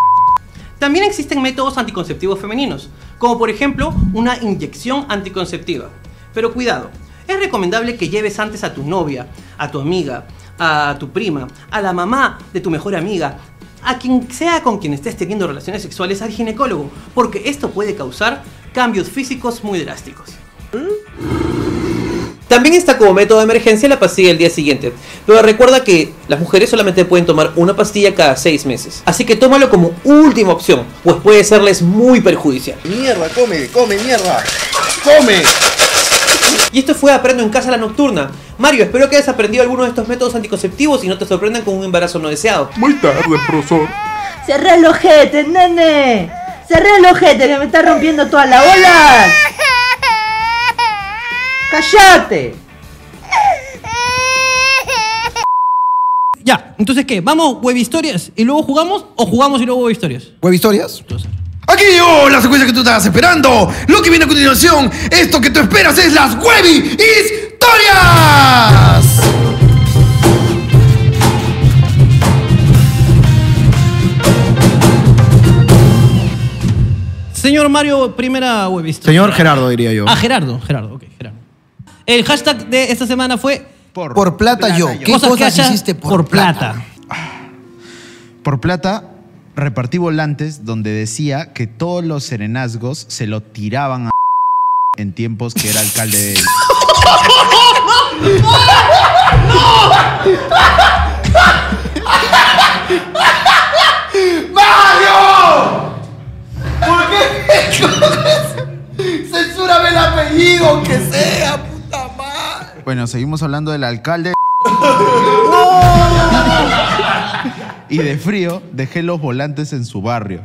[SPEAKER 6] También existen métodos anticonceptivos femeninos, como por ejemplo una inyección anticonceptiva. Pero cuidado, es recomendable que lleves antes a tu novia, a tu amiga, a tu prima, a la mamá de tu mejor amiga, a quien sea con quien estés teniendo relaciones sexuales al ginecólogo, porque esto puede causar cambios físicos muy drásticos. También está como método de emergencia la pastilla del día siguiente. Pero recuerda que las mujeres solamente pueden tomar una pastilla cada seis meses. Así que tómalo como última opción, pues puede serles muy perjudicial.
[SPEAKER 3] Mierda, come, come, mierda. Come.
[SPEAKER 6] Y esto fue Aprendo en Casa la Nocturna. Mario, espero que hayas aprendido alguno de estos métodos anticonceptivos y no te sorprendan con un embarazo no deseado.
[SPEAKER 4] Muy tarde, profesor.
[SPEAKER 7] Cerré el ojete, nene. Cerré el ojete que me está rompiendo toda la ola. Cállate.
[SPEAKER 6] Ya, entonces ¿qué? ¿Vamos web historias y luego jugamos o jugamos y luego web historias?
[SPEAKER 1] ¿Web historias?
[SPEAKER 8] Aquí llegó la secuencia que tú estabas esperando. Lo que viene a continuación, esto que tú esperas es las Webby Historias.
[SPEAKER 6] Señor Mario, primera web historia.
[SPEAKER 1] Señor Gerardo, diría yo.
[SPEAKER 6] Ah, Gerardo, Gerardo, ok, Gerardo. El hashtag de esta semana fue
[SPEAKER 1] Por, plata, yo. ¿Qué
[SPEAKER 6] cosas
[SPEAKER 1] cosas,
[SPEAKER 6] que haya
[SPEAKER 1] hiciste por, plata?
[SPEAKER 9] Por plata, repartí volantes donde decía que todos los serenazgos se lo tiraban a en tiempos que era alcalde de
[SPEAKER 3] ¡Mario! ¿Por qué me coges? Censúrame el apellido que sea, puta madre.
[SPEAKER 9] Bueno, seguimos hablando del alcalde de Y de frío, dejé los volantes en su barrio.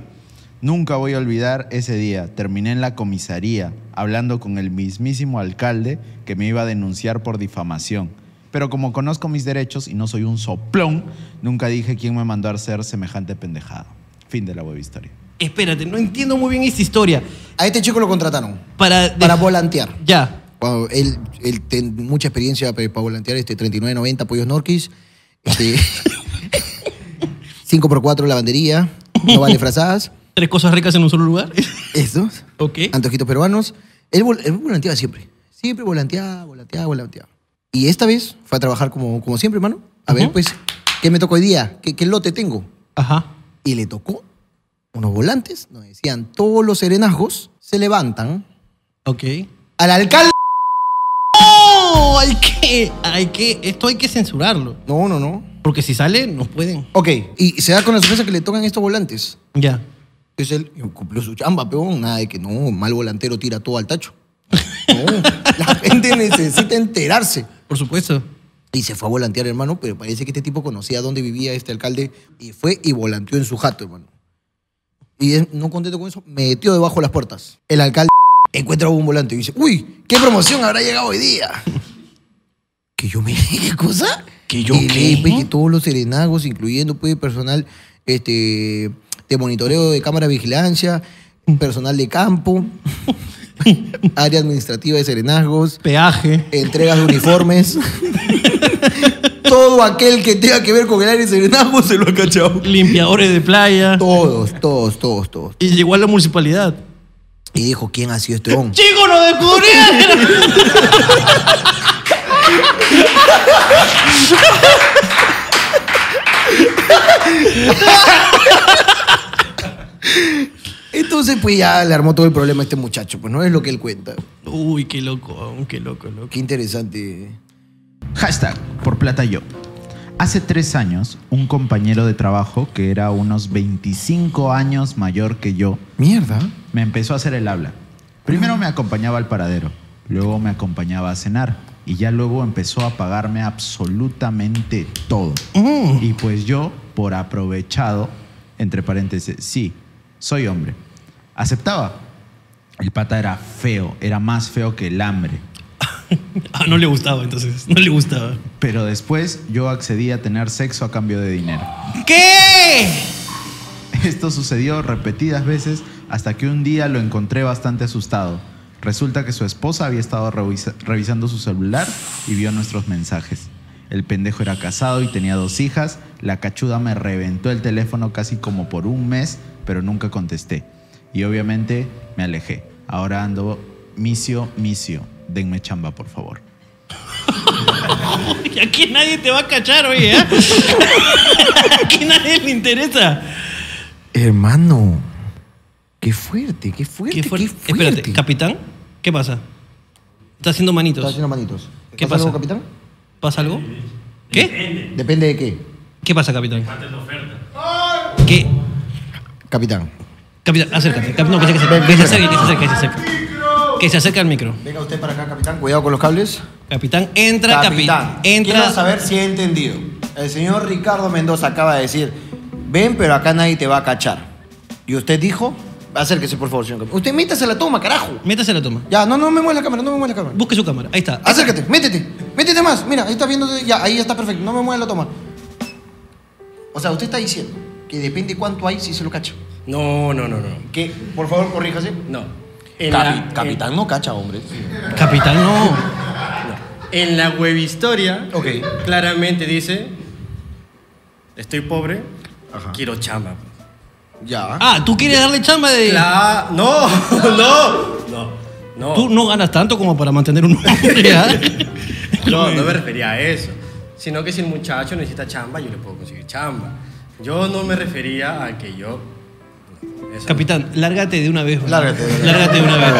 [SPEAKER 9] Nunca voy a olvidar ese día. Terminé en la comisaría hablando con el mismísimo alcalde que me iba a denunciar por difamación. Pero como conozco mis derechos y no soy un soplón, nunca dije quién me mandó a hacer semejante pendejada. Fin de la web historia.
[SPEAKER 6] Espérate, no entiendo muy bien esta historia.
[SPEAKER 1] A este chico lo contrataron
[SPEAKER 6] Para, de-
[SPEAKER 1] para volantear.
[SPEAKER 6] Ya.
[SPEAKER 1] Cuando él, él ten- mucha experiencia para volantear, este 39.90 pollos norquis, este, 5x4 lavandería, no van disfrazadas,
[SPEAKER 6] Tres cosas ricas en un solo lugar.
[SPEAKER 1] estos,
[SPEAKER 6] ok.
[SPEAKER 1] antojitos peruanos. Él, vol- él volanteaba siempre, siempre volanteaba, volanteaba, volanteaba. Y esta vez fue a trabajar como, como siempre, hermano. A ver,
[SPEAKER 6] Ujú.
[SPEAKER 1] pues, ¿qué me tocó hoy día? ¿Qué, qué lote tengo?
[SPEAKER 6] Ajá.
[SPEAKER 1] Y le tocó unos volantes, nos decían, todos los serenazgos se levantan
[SPEAKER 6] Ok.
[SPEAKER 1] al alcalde.
[SPEAKER 6] ¡Oh! Hay que, hay que, esto hay que censurarlo.
[SPEAKER 1] No, no, no.
[SPEAKER 6] Porque si sale, nos pueden.
[SPEAKER 1] Ok, y se da con la sorpresa que le tocan estos volantes.
[SPEAKER 6] Ya.
[SPEAKER 1] Es él cumplió su chamba, peón. Nada de que no, mal volantero tira todo al tacho. No, la gente necesita enterarse.
[SPEAKER 6] Por supuesto.
[SPEAKER 1] Y se fue a volantear, hermano, pero parece que este tipo conocía dónde vivía este alcalde y fue y volanteó en su jato, hermano. Y es- no contento con eso, metió debajo de las puertas. El alcalde encuentra un volante y dice, uy, ¿qué promoción habrá llegado hoy día? que yo me... ¿Qué cosa?
[SPEAKER 2] ¿Que yo
[SPEAKER 1] Y leí,
[SPEAKER 2] qué?
[SPEAKER 1] pues, que todos los serenagos, incluyendo pues, personal este, de monitoreo de cámara de vigilancia, personal de campo, área administrativa de serenazgos,
[SPEAKER 2] Peaje.
[SPEAKER 1] entregas de uniformes. Todo aquel que tenga que ver con el aire serenazgo se lo ha cachado.
[SPEAKER 2] Limpiadores de playa.
[SPEAKER 1] Todos, todos, todos, todos.
[SPEAKER 2] Y llegó a la municipalidad.
[SPEAKER 1] Y dijo, ¿quién ha sido este hombre?
[SPEAKER 2] ¡Chicos, nos descubrieron!
[SPEAKER 1] Entonces, pues ya le armó todo el problema a este muchacho. Pues no es lo que él cuenta.
[SPEAKER 2] Uy, qué loco, qué loco, loco.
[SPEAKER 1] Qué interesante.
[SPEAKER 9] Hashtag por plata yo. Hace tres años, un compañero de trabajo que era unos 25 años mayor que yo
[SPEAKER 1] Mierda.
[SPEAKER 9] me empezó a hacer el habla. Primero me acompañaba al paradero, luego me acompañaba a cenar y ya luego empezó a pagarme absolutamente todo.
[SPEAKER 2] Mm.
[SPEAKER 1] Mm.
[SPEAKER 9] Y pues yo, por aprovechado, entre paréntesis, sí, soy hombre, aceptaba. El pata era feo, era más feo que el hambre.
[SPEAKER 2] Ah, no le gustaba entonces, no le gustaba.
[SPEAKER 9] Pero después yo accedí a tener sexo a cambio de dinero.
[SPEAKER 2] ¿Qué?
[SPEAKER 9] Esto sucedió repetidas veces hasta que un día lo encontré bastante asustado. Resulta que su esposa había estado revisa- revisando su celular y vio nuestros mensajes. El pendejo era casado y tenía dos hijas. La cachuda me reventó el teléfono casi como por un mes, pero nunca contesté. Y obviamente me alejé. Ahora ando misio, misio. Denme chamba, por favor.
[SPEAKER 2] Oye, Aquí nadie te va a cachar, oye. ¿eh? Aquí nadie le interesa.
[SPEAKER 1] Hermano. Qué fuerte, qué fuerte,
[SPEAKER 2] Qué
[SPEAKER 1] qué
[SPEAKER 2] fuerte. Eh,
[SPEAKER 1] fuerte.
[SPEAKER 2] Espérate, capitán, ¿qué pasa? Está haciendo manitos.
[SPEAKER 1] Está haciendo manitos.
[SPEAKER 2] ¿Qué
[SPEAKER 1] ¿Pasa algo,
[SPEAKER 2] pasa?
[SPEAKER 1] capitán?
[SPEAKER 2] ¿Pasa algo? ¿Qué?
[SPEAKER 1] Depende de qué.
[SPEAKER 2] ¿Qué pasa, capitán? ¿Qué?
[SPEAKER 1] Capitán.
[SPEAKER 2] Capitán, acércate. Cap- no, que se, que se- que se acerque, que se acerque, que se acerque. Que se acerque al micro.
[SPEAKER 1] Venga usted para acá, capitán. Cuidado con los cables.
[SPEAKER 2] Capitán, entra, capitán.
[SPEAKER 10] Quiero
[SPEAKER 2] Entra.
[SPEAKER 10] saber si he entendido. El señor Ricardo Mendoza acaba de decir, ven, pero acá nadie te va a cachar. Y usted dijo, acérquese por favor, señor capitán. Usted métase la toma, carajo.
[SPEAKER 2] Métase la toma.
[SPEAKER 1] Ya, no, no me muevas la cámara, no me muevas la cámara.
[SPEAKER 2] Busque su cámara. Ahí está.
[SPEAKER 1] Acércate, métete, métete más. Mira, ahí está viendo, ya, ahí está perfecto. No me muevas la toma. O sea, usted está diciendo que depende cuánto hay si se lo cacha.
[SPEAKER 11] No, no, no, no.
[SPEAKER 1] Que, por favor, corríjase.
[SPEAKER 11] No. En la-
[SPEAKER 10] capitán no cacha, hombre.
[SPEAKER 2] Capitán, no.
[SPEAKER 11] En, la web historia,
[SPEAKER 1] Ok.
[SPEAKER 11] claramente dice: Estoy pobre, quiero chamba.
[SPEAKER 1] Ya.
[SPEAKER 2] Ah, tú quieres darle chamba de.
[SPEAKER 11] La- No, no, no, no.
[SPEAKER 2] Tú no ganas tanto como para mantener un hombre, ¿ah?
[SPEAKER 11] No, no me refería a eso. Sino que si el muchacho necesita chamba, yo le puedo conseguir chamba. Yo no me refería a que yo. eso no.
[SPEAKER 2] Capitán, lárgate de una vez. güey.
[SPEAKER 1] Lárgate de una vez.
[SPEAKER 2] Lárgate de una vez.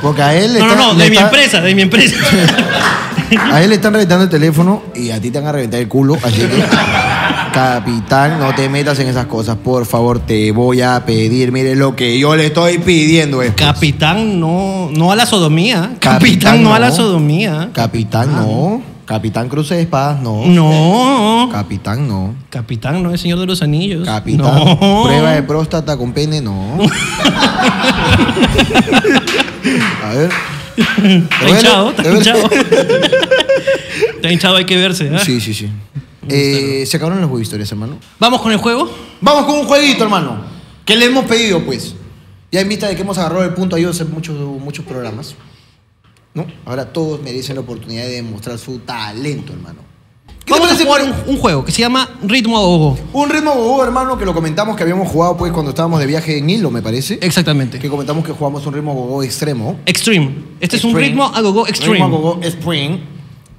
[SPEAKER 1] Porque a él le
[SPEAKER 2] No, no,
[SPEAKER 1] están-
[SPEAKER 2] no,
[SPEAKER 1] le
[SPEAKER 2] de mi
[SPEAKER 1] está-
[SPEAKER 2] empresa, de mi empresa.
[SPEAKER 1] A él le están reventando el teléfono y a ti te van a reventar el culo. Así que, capitán, no te metas en esas cosas. Por favor, te voy a pedir. Mire lo que yo le estoy pidiendo. Es,
[SPEAKER 2] Capitán, no, no a la sodomía. Capitán, no a la sodomía. Ah.
[SPEAKER 1] Capitán, no. Capitán Cruce de Espadas, no.
[SPEAKER 2] No.
[SPEAKER 1] Capitán, no.
[SPEAKER 2] Capitán no es señor de los anillos.
[SPEAKER 1] Capitán,
[SPEAKER 2] No.
[SPEAKER 1] prueba de próstata con pene, no. a ver.
[SPEAKER 2] Está
[SPEAKER 1] Bueno,
[SPEAKER 2] hinchado,
[SPEAKER 1] a
[SPEAKER 2] está
[SPEAKER 1] ver.
[SPEAKER 2] hinchado. está hinchado, hay que verse. ¿ah?
[SPEAKER 1] Sí, sí, sí. Eh, se acabaron las historias, hermano.
[SPEAKER 2] Vamos con el juego.
[SPEAKER 1] Vamos con un jueguito, hermano. ¿Qué le hemos pedido, pues? Ya en vista de que hemos agarrado el punto a ellos en muchos, muchos programas. ¿No? Ahora todos merecen la oportunidad de demostrar su talento, hermano. ¿Qué te
[SPEAKER 2] Vamos a
[SPEAKER 1] parece,
[SPEAKER 2] jugar un,
[SPEAKER 1] pues?
[SPEAKER 2] un juego que se llama Ritmo a Ojo.
[SPEAKER 1] un ritmo bobo, hermano, que lo comentamos que habíamos jugado pues cuando estábamos de viaje en Hilo, me parece.
[SPEAKER 2] Exactamente.
[SPEAKER 1] Que comentamos que jugamos un ritmo bobo extremo.
[SPEAKER 2] Extreme. Este es un
[SPEAKER 1] Extreme.
[SPEAKER 2] ritmo a gogo extreme.
[SPEAKER 1] Ritmo a gogo extreme.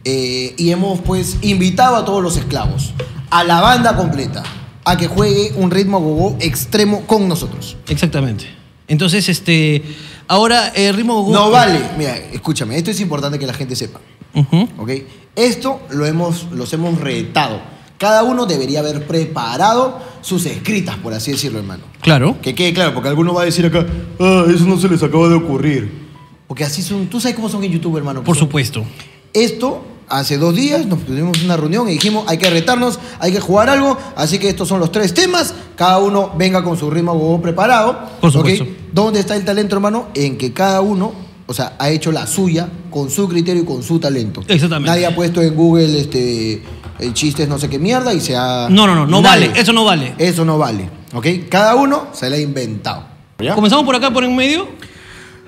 [SPEAKER 1] Eh, y hemos pues invitado a todos los esclavos, a la banda completa, a que juegue un ritmo a gogo extremo con nosotros.
[SPEAKER 2] Exactamente. Entonces, este. Ahora, eh, ritmo gogo.
[SPEAKER 1] No vale. Mira, escúchame, esto es importante que la gente sepa.
[SPEAKER 2] Ujú.
[SPEAKER 1] ¿Ok? Esto lo hemos, los hemos retado. Cada uno debería haber preparado sus escritas, por así decirlo, hermano.
[SPEAKER 2] Claro.
[SPEAKER 1] Que quede claro, porque alguno va a decir acá, ah, eso no se les acaba de ocurrir. Porque así son, tú sabes cómo son en YouTube, hermano. que
[SPEAKER 2] Por
[SPEAKER 1] son-
[SPEAKER 2] supuesto.
[SPEAKER 1] Esto, hace dos días nos tuvimos una reunión y dijimos, hay que retarnos, hay que jugar algo, así que estos son los tres temas, cada uno venga con su ritmo huevón preparado.
[SPEAKER 2] Por supuesto.
[SPEAKER 1] ¿ok? ¿Dónde está el talento, hermano? En que cada uno, o sea, ha hecho la suya con su criterio y con su talento.
[SPEAKER 2] Exactamente.
[SPEAKER 1] Nadie ha puesto en Google este el chiste es no sé qué mierda y se ha...
[SPEAKER 2] No, no, no, no
[SPEAKER 1] Nadie.
[SPEAKER 2] vale, eso no vale.
[SPEAKER 1] Eso no vale, ¿ok? Cada uno se la ha inventado. ¿ya?
[SPEAKER 2] Comenzamos por acá, por en medio.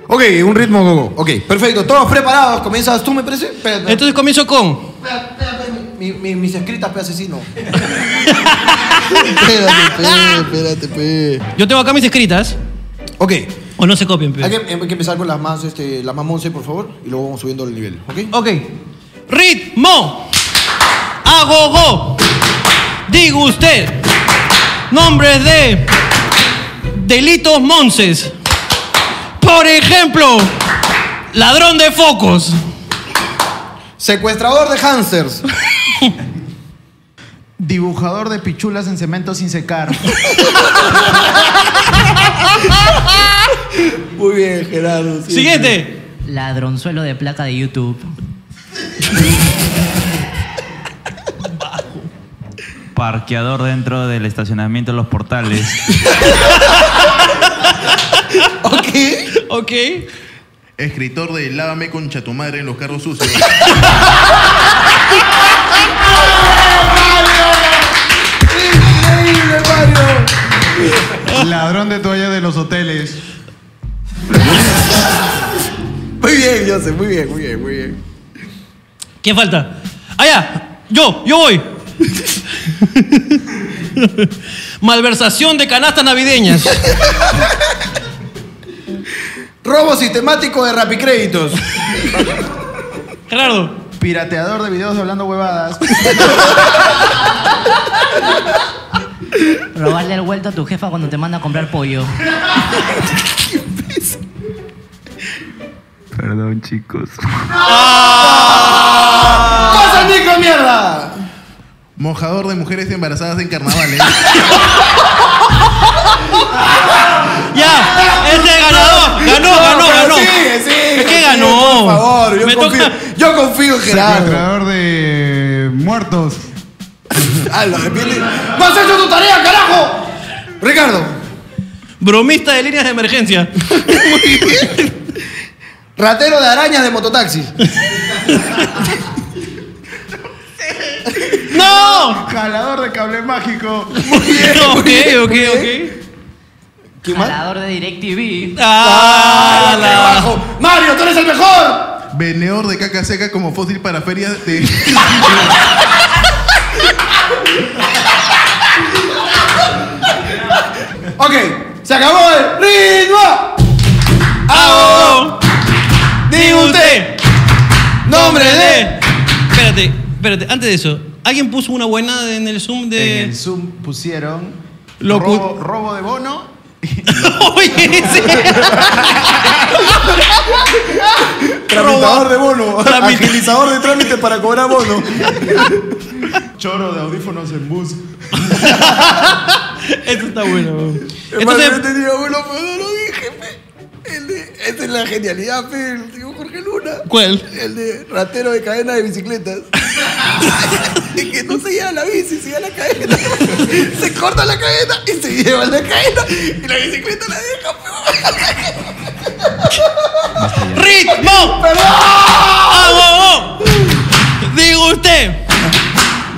[SPEAKER 1] Ok, un ritmo gogo. Ok, perfecto. Todos preparados. Comienzas tú, me parece. Espérate.
[SPEAKER 2] Entonces comienzo con.
[SPEAKER 1] Espérate, espérate, mi- mi- mis escritas, pe asesino. espérate, pe, espérate, pe.
[SPEAKER 2] Yo tengo acá mis escritas.
[SPEAKER 1] Ok,
[SPEAKER 2] O no se copien, pe.
[SPEAKER 1] hay que, hay que empezar con las más, este, las más once, por favor, y luego vamos subiendo el nivel, ¿ok?
[SPEAKER 2] Ok. Ritmo. Agogo. Digo usted. Nombres de delitos monces. Por ejemplo, ladrón de focos.
[SPEAKER 1] Secuestrador de hamsters.
[SPEAKER 9] Dibujador de pichulas en cemento sin secar.
[SPEAKER 1] Muy bien, Gerardo. sí.
[SPEAKER 2] Siguiente.
[SPEAKER 6] Ladronzuelo de placa de YouTube.
[SPEAKER 12] Parqueador dentro del estacionamiento de los portales.
[SPEAKER 1] Ok.
[SPEAKER 2] Ok.
[SPEAKER 3] Escritor de Lávame con chatumadre en los carros sucios.
[SPEAKER 1] Increíble, Mario.
[SPEAKER 9] Ladrón de toalla de los hoteles.
[SPEAKER 1] Muy bien, Jose, muy bien, muy bien, muy bien.
[SPEAKER 2] ¿Quién falta? Allá. Yo, yo voy. Malversación de canastas navideñas.
[SPEAKER 1] Robo sistemático de rapicréditos.
[SPEAKER 2] Gerardo.
[SPEAKER 9] Pirateador de videos de hablando huevadas.
[SPEAKER 6] Robarle el vuelto a tu jefa cuando te manda a comprar pollo.
[SPEAKER 12] Perdón, chicos.
[SPEAKER 1] ¡Pasa, Nico, mierda!
[SPEAKER 3] Mojador de mujeres embarazadas en carnavales.
[SPEAKER 2] Ya, es el ganador. Ganó, ganó,
[SPEAKER 1] pero
[SPEAKER 2] ganó.
[SPEAKER 1] Sigue, sigue,
[SPEAKER 2] Es que
[SPEAKER 1] sigue,
[SPEAKER 2] ganó.
[SPEAKER 1] Por favor, yo
[SPEAKER 2] Me
[SPEAKER 1] confío.
[SPEAKER 2] toca-
[SPEAKER 1] Yo confío en Gerardo.
[SPEAKER 9] Secuestrador de muertos.
[SPEAKER 1] Ah, lo repite. ¡No has hecho tu tarea, carajo! Ricardo.
[SPEAKER 2] Bromista de líneas de emergencia.
[SPEAKER 1] Ratero de arañas de mototaxis.
[SPEAKER 2] ¡No!
[SPEAKER 9] Jalador de cable mágico.
[SPEAKER 2] ok, ok, ok.
[SPEAKER 1] ¿Quién más?
[SPEAKER 6] Jalador de DirecTV.
[SPEAKER 2] Ah,
[SPEAKER 1] ¡Qué
[SPEAKER 2] la-
[SPEAKER 1] bajo! ¡Mario, tú eres el mejor!
[SPEAKER 3] Vendedor de caca seca como fósil para ferias de.
[SPEAKER 1] Ok, se acabó el ritmo.
[SPEAKER 2] Ah,
[SPEAKER 1] Diga usted. Nombre de.
[SPEAKER 2] Espérate, espérate, antes de eso, ¿alguien puso una buena en el Zoom
[SPEAKER 9] En el
[SPEAKER 2] de.
[SPEAKER 9] Zoom pusieron
[SPEAKER 2] Locu-
[SPEAKER 9] robo, robo de bono.
[SPEAKER 2] Oye, ese-
[SPEAKER 1] Tramitador de bono.
[SPEAKER 2] Tramit-
[SPEAKER 1] Agilizador de trámite para cobrar bono.
[SPEAKER 9] Choro de audífonos en bus.
[SPEAKER 2] Esto está bueno. weón.
[SPEAKER 1] Entonces, yo
[SPEAKER 2] Entonces,
[SPEAKER 1] tenía uno, pero no lo dije, pe. El de- Esa es la genialidad, pe, el tío Jorge Luna.
[SPEAKER 2] ¿cuál?
[SPEAKER 1] El de ratero de cadena de bicicletas. Y que no se lleva la bici, se lleva la cadena. Se corta la cadena y se lleva la cadena. Y la bicicleta la deja, pe.
[SPEAKER 2] ¡Ritmo! ¡Vamos! Digo usted.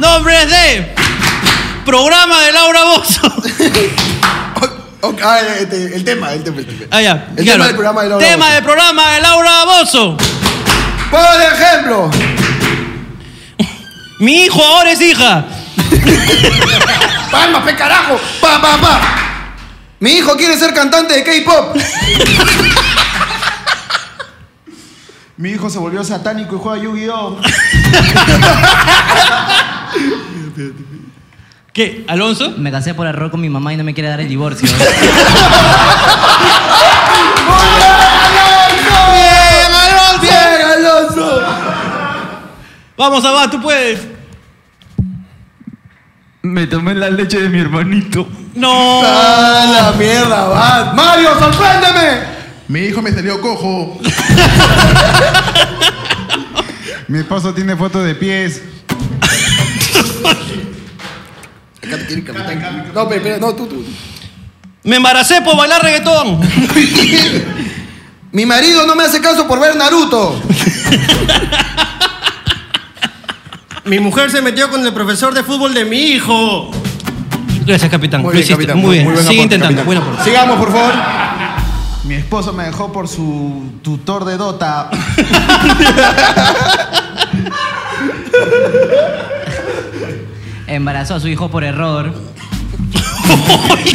[SPEAKER 2] Nombres de. Programa de Laura Bozo.
[SPEAKER 1] O- o- ah, este, el tema, el tema, el tema.
[SPEAKER 2] Ah, ya.
[SPEAKER 1] El tema del programa de Laura
[SPEAKER 2] Tema
[SPEAKER 1] Bozzo.
[SPEAKER 2] del programa de Laura Bozzo.
[SPEAKER 1] Por ejemplo,
[SPEAKER 2] Mi hijo ahora es hija.
[SPEAKER 1] palma, pe carajo. Pa, pa, pa. Mi hijo quiere ser cantante de K-pop.
[SPEAKER 9] Mi hijo se volvió satánico y juega Yu-Gi-Oh!
[SPEAKER 2] ¿Qué? ¿Alonso?
[SPEAKER 6] Me casé por error con mi mamá y no me quiere dar el divorcio.
[SPEAKER 1] ¡Bien, Alonso! ¡Bien, Alonso!
[SPEAKER 2] Vamos, Abad, tú puedes.
[SPEAKER 12] Me tomé la leche de mi hermanito.
[SPEAKER 2] No.
[SPEAKER 1] ¡A la mierda, va! ¡Mario, sorpréndeme!
[SPEAKER 3] Mi hijo me salió cojo.
[SPEAKER 13] Mi esposo tiene fotos de pies.
[SPEAKER 1] Acá te quiere capitán. No, pero, pero, no, tú, tú.
[SPEAKER 2] Me embaracé por bailar reggaetón.
[SPEAKER 1] Mi marido no me hace caso por ver Naruto.
[SPEAKER 11] Mi mujer se metió con el profesor de fútbol de mi hijo.
[SPEAKER 2] Gracias, capitán. Lo hiciste.
[SPEAKER 11] capitán.
[SPEAKER 2] Muy bien.
[SPEAKER 11] Muy buen
[SPEAKER 2] Sigue
[SPEAKER 11] aporte,
[SPEAKER 2] intentando.
[SPEAKER 11] capitán.
[SPEAKER 2] Buen aporte.
[SPEAKER 13] Sigamos, por favor. Mi esposo me dejó por su tutor de Dota.
[SPEAKER 6] Embarazó a su hijo por error.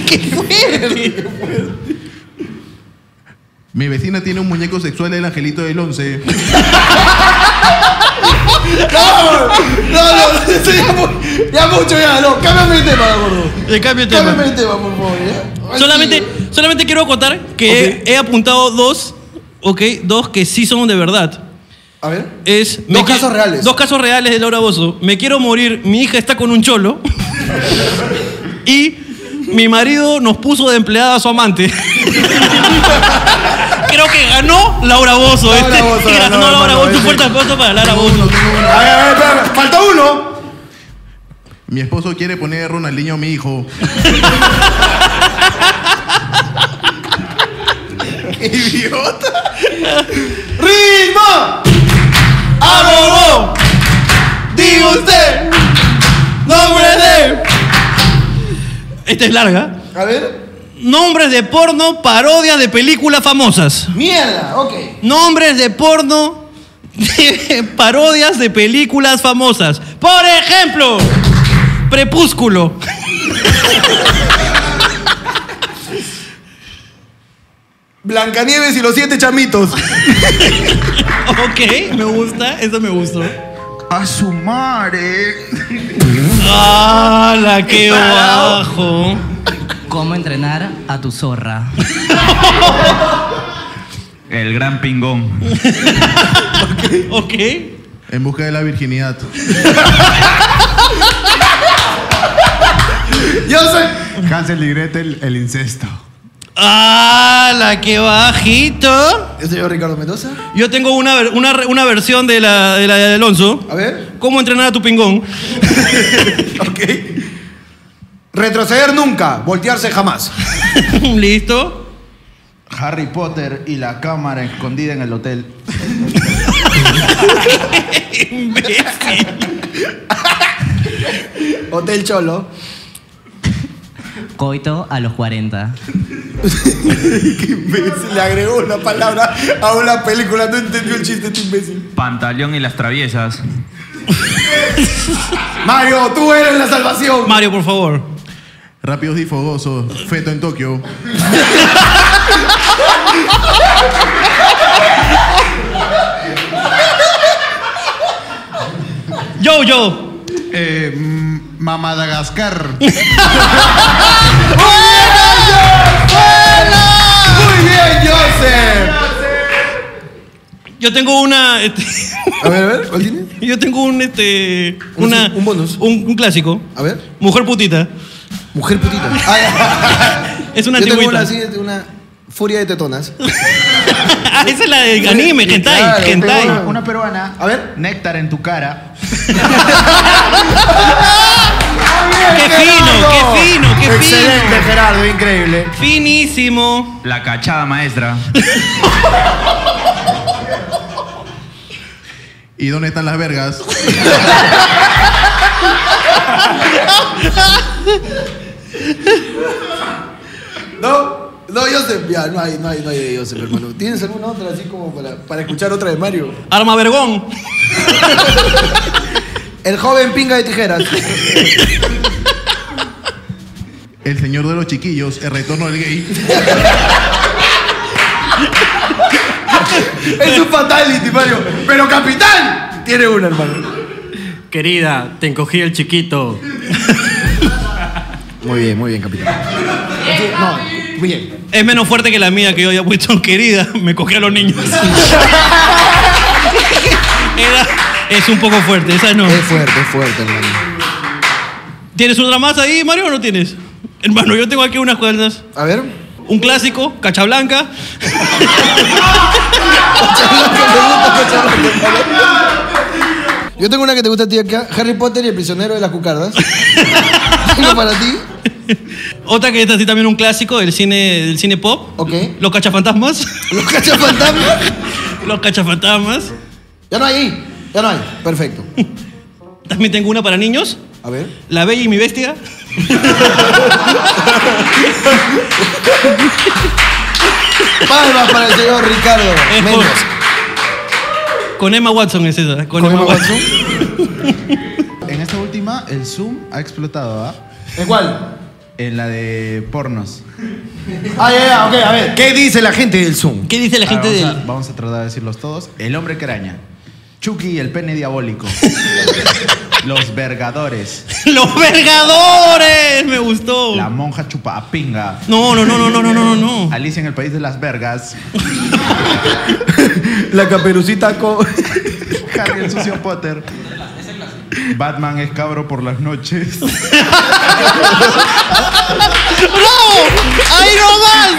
[SPEAKER 2] qué fuerte!
[SPEAKER 14] Mi vecina tiene un muñeco sexual del angelito del 11.
[SPEAKER 3] No, no, no, sí, ya, mu- ya mucho, ya, no, cámbiame el tema, gordo.
[SPEAKER 2] Le cambio el
[SPEAKER 3] tema. Cámbiame el tema, por favor, ya. Ay,
[SPEAKER 2] Solamente, solamente quiero contar que he, he apuntado dos, ok, dos que sí son de verdad.
[SPEAKER 1] A ver.
[SPEAKER 2] Es, dos casos reales. Dos casos reales de Laura Bozo. Me quiero morir, mi hija está con un cholo. y mi marido nos puso de empleada a su amante. Creo que ganó Laura Bozo.
[SPEAKER 3] Laura
[SPEAKER 2] este,
[SPEAKER 3] Bozzo
[SPEAKER 2] ganó,
[SPEAKER 3] ganó,
[SPEAKER 2] Laura
[SPEAKER 3] hermano,
[SPEAKER 2] Bozo.
[SPEAKER 14] ese-
[SPEAKER 2] Fuerte aplauso para Laura Bozo.
[SPEAKER 14] A ver, a ver, espera, espera, falta uno. Mi esposo quiere poner Ronaldinho a mi hijo.
[SPEAKER 3] ¡Qué idiota! ¡Ritmo! ¡Abobo! Digo usted, nombre de...
[SPEAKER 2] Esta es larga.
[SPEAKER 1] A ver.
[SPEAKER 2] Nombres de porno, parodias de películas famosas.
[SPEAKER 1] Mierda, ok.
[SPEAKER 2] Nombres de porno, de parodias de películas famosas. Por ejemplo, Prepúsculo.
[SPEAKER 14] Blancanieves y los siete chamitos.
[SPEAKER 2] ok, me gusta, eso me gustó.
[SPEAKER 13] A su madre.
[SPEAKER 2] ¡Hala, qué bajo!
[SPEAKER 6] ¿Cómo entrenar a tu zorra?
[SPEAKER 12] El gran pingón.
[SPEAKER 2] ok.
[SPEAKER 14] En busca de la virginidad.
[SPEAKER 13] Yo soy. Hansel y Gretel, el incesto.
[SPEAKER 2] ¡Hala, qué bajito!
[SPEAKER 1] ¿El señor Ricardo Mendoza?
[SPEAKER 2] Yo tengo una, ver- una, re- una versión de la, de la de Alonso.
[SPEAKER 1] A ver.
[SPEAKER 2] ¿Cómo entrenar a tu pingón?
[SPEAKER 10] Retroceder nunca, voltearse jamás.
[SPEAKER 2] Listo.
[SPEAKER 9] Harry Potter y la cámara escondida en el hotel.
[SPEAKER 1] Hotel Cholo.
[SPEAKER 6] Coito a los 40.
[SPEAKER 10] Qué imbécil, le agregó una palabra a una película. No entendió el chiste, este imbécil.
[SPEAKER 12] Pantaleón y las traviesas.
[SPEAKER 14] Mario, tú eres la salvación.
[SPEAKER 2] Mario, por favor.
[SPEAKER 14] Rápidos y fogosos. Feto en Tokio.
[SPEAKER 2] Yo, yo.
[SPEAKER 13] Eh, mm, Mamadagaskar.
[SPEAKER 3] ¡Muy bien,
[SPEAKER 2] Yo tengo una. este, a ver, a ver, ¿cuál tiene? Yo tengo un este. Una, un bonus. Un, un clásico.
[SPEAKER 1] A ver.
[SPEAKER 2] Mujer putita.
[SPEAKER 1] Mujer putita.
[SPEAKER 2] es una
[SPEAKER 1] Yo tengo
[SPEAKER 2] antigüita.
[SPEAKER 1] una así, de una furia de tetonas.
[SPEAKER 2] Ah, esa es la de anime,
[SPEAKER 1] Sí,
[SPEAKER 2] hentai,
[SPEAKER 1] claro,
[SPEAKER 2] hentai.
[SPEAKER 1] tengo
[SPEAKER 9] Una peruana.
[SPEAKER 1] A ver.
[SPEAKER 9] Néctar en tu cara.
[SPEAKER 2] ¡Qué fino, qué fino, qué fino!
[SPEAKER 12] Excelente,
[SPEAKER 2] Gerardo, increíble. Finísimo.
[SPEAKER 12] La cachada maestra.
[SPEAKER 14] ¿Y dónde están las vergas?
[SPEAKER 1] No, no, Joseph, ya, no hay, no hay, no hay de Joseph, hermano. ¿Tienes alguna otra así como para, para escuchar otra de Mario?
[SPEAKER 2] Arma vergón.
[SPEAKER 1] El joven pinga de tijeras.
[SPEAKER 14] El señor de los chiquillos. El retorno del gay.
[SPEAKER 3] Es un fatality, Mario. Pero capitán, tiene una, hermano.
[SPEAKER 11] Querida, te encogí el chiquito.
[SPEAKER 1] Muy bien, muy bien, capitán.
[SPEAKER 2] No, bien. Es menos fuerte que la mía que yo había puesto, querida. Me cogí a los niños. Era- es un poco fuerte, esa no. Es
[SPEAKER 1] fuerte, es fuerte, hermano.
[SPEAKER 2] ¿Tienes otra más ahí, Mario, o no tienes? Hermano, yo tengo aquí unas cuerdas.
[SPEAKER 1] A ver.
[SPEAKER 2] Un clásico, Cacha Blanca.
[SPEAKER 3] Cachablanca, me gusta Cachablanca.
[SPEAKER 1] Yo tengo una que te gusta a ti acá. Harry Potter y el prisionero de las cucardas. tengo para ti.
[SPEAKER 2] Otra que es así también un clásico del cine, del cine pop. Los cachafantasmas.
[SPEAKER 1] Los cachafantasmas.
[SPEAKER 2] Los cachafantasmas.
[SPEAKER 1] Ya no hay ahí. Ya no hay. Perfecto.
[SPEAKER 2] También tengo una para niños.
[SPEAKER 1] A ver.
[SPEAKER 2] La Bella y mi Bestia.
[SPEAKER 1] Palmas para el señor Ricardo.
[SPEAKER 2] Es
[SPEAKER 1] Mendoza.
[SPEAKER 2] con- Con Emma Watson es esa. Con, Emma, Watson.
[SPEAKER 9] En esta última, el Zoom ha explotado, ¿ah?
[SPEAKER 10] ¿En cuál?
[SPEAKER 9] En la de pornos.
[SPEAKER 10] Ah, ya, ya, ok, a ver. ¿Qué dice la gente del Zoom?
[SPEAKER 2] ¿Qué dice la
[SPEAKER 9] A ver,
[SPEAKER 2] gente
[SPEAKER 9] Ah, vamos
[SPEAKER 2] del.?
[SPEAKER 9] a- vamos a tratar de decirlos todos. El hombre caraña. Chucky y el pene diabólico. Los vergadores.
[SPEAKER 2] ¡Los vergadores! Me gustó.
[SPEAKER 9] La monja chupa a pinga.
[SPEAKER 2] No, no, no, no, no, no, no, no.
[SPEAKER 9] Alicia en el país de las vergas.
[SPEAKER 10] La caperucita con.
[SPEAKER 9] Harry el sucio Potter. Batman es cabro por las noches.
[SPEAKER 3] ¡No! ¡Ahí no más!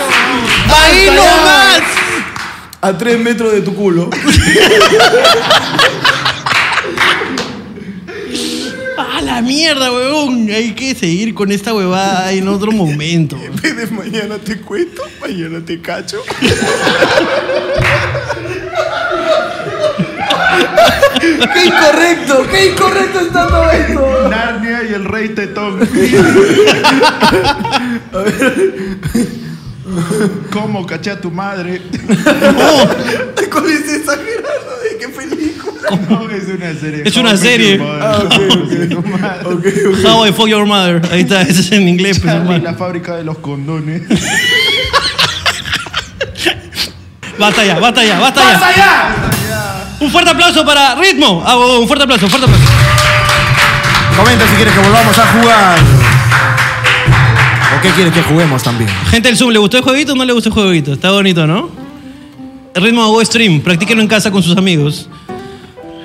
[SPEAKER 3] ¡Ahí no más!
[SPEAKER 10] A tres metros de tu culo.
[SPEAKER 2] ¡Ah, la mierda, huevón! Hay que seguir con esta huevada en otro momento.
[SPEAKER 14] De mañana te cuento, mañana te cacho.
[SPEAKER 3] ¡Qué incorrecto! ¡Qué incorrecto está todo esto!
[SPEAKER 9] Narnia y el rey tetón. ¿Cómo caché a tu madre?
[SPEAKER 2] Oh,
[SPEAKER 14] Con ese exagerado de qué película.
[SPEAKER 9] No, es una serie.
[SPEAKER 2] Es una
[SPEAKER 9] How I Met
[SPEAKER 2] serie.
[SPEAKER 9] Your Mother.
[SPEAKER 2] Ah, How I Fuck Your Mother. Ahí está, ese es en inglés. pues,
[SPEAKER 9] Charlie,
[SPEAKER 2] hermano.
[SPEAKER 9] la fábrica de los condones.
[SPEAKER 2] Basta ya, basta ya, basta ya.
[SPEAKER 3] ¡Pasa ya!
[SPEAKER 2] Un fuerte aplauso para Ritmo. Ah, huevón, un fuerte aplauso, un fuerte aplauso.
[SPEAKER 10] Comenta si quieres que volvamos a jugar. ¿O qué quieres que juguemos también?
[SPEAKER 2] Gente del Zoom, ¿le gustó el jueguito o no le gustó el jueguito? Está bonito, ¿no? Ritmo Go Stream, practíquenlo en casa con sus amigos.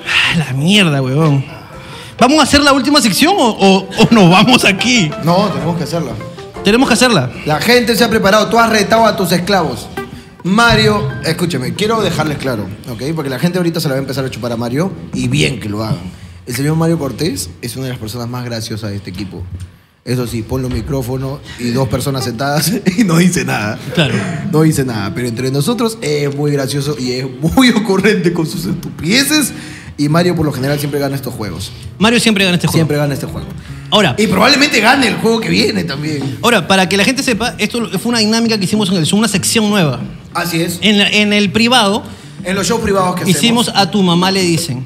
[SPEAKER 2] Ah, La mierda, huevón. ¿Vamos a hacer la última sección o, o- o nos vamos aquí?
[SPEAKER 1] No, tenemos que hacerla.
[SPEAKER 2] Tenemos que hacerla.
[SPEAKER 1] La gente se ha preparado, tú has retado a tus esclavos. Mario, escúchame, quiero dejarles claro, ¿ok? Porque la gente ahorita se la va a empezar a chupar a Mario y bien que lo hagan. El señor Mario Cortés es una de las personas más graciosas de este equipo. Eso sí, ponle un micrófono y dos personas sentadas y no dice nada.
[SPEAKER 2] Claro.
[SPEAKER 1] No dice nada, pero entre nosotros es muy gracioso y es muy ocurrente con sus estupideces. Y Mario por lo general siempre gana estos juegos.
[SPEAKER 2] Mario siempre gana este juego.
[SPEAKER 1] Siempre gana este juego.
[SPEAKER 2] Ahora.
[SPEAKER 1] Y probablemente gane el juego que viene también.
[SPEAKER 2] Ahora, para que la gente sepa, esto fue una dinámica que hicimos en el Zoom, una sección nueva.
[SPEAKER 1] Así es.
[SPEAKER 2] En, la- en el privado,
[SPEAKER 1] En los shows privados que
[SPEAKER 2] hicimos a tu mamá le dicen.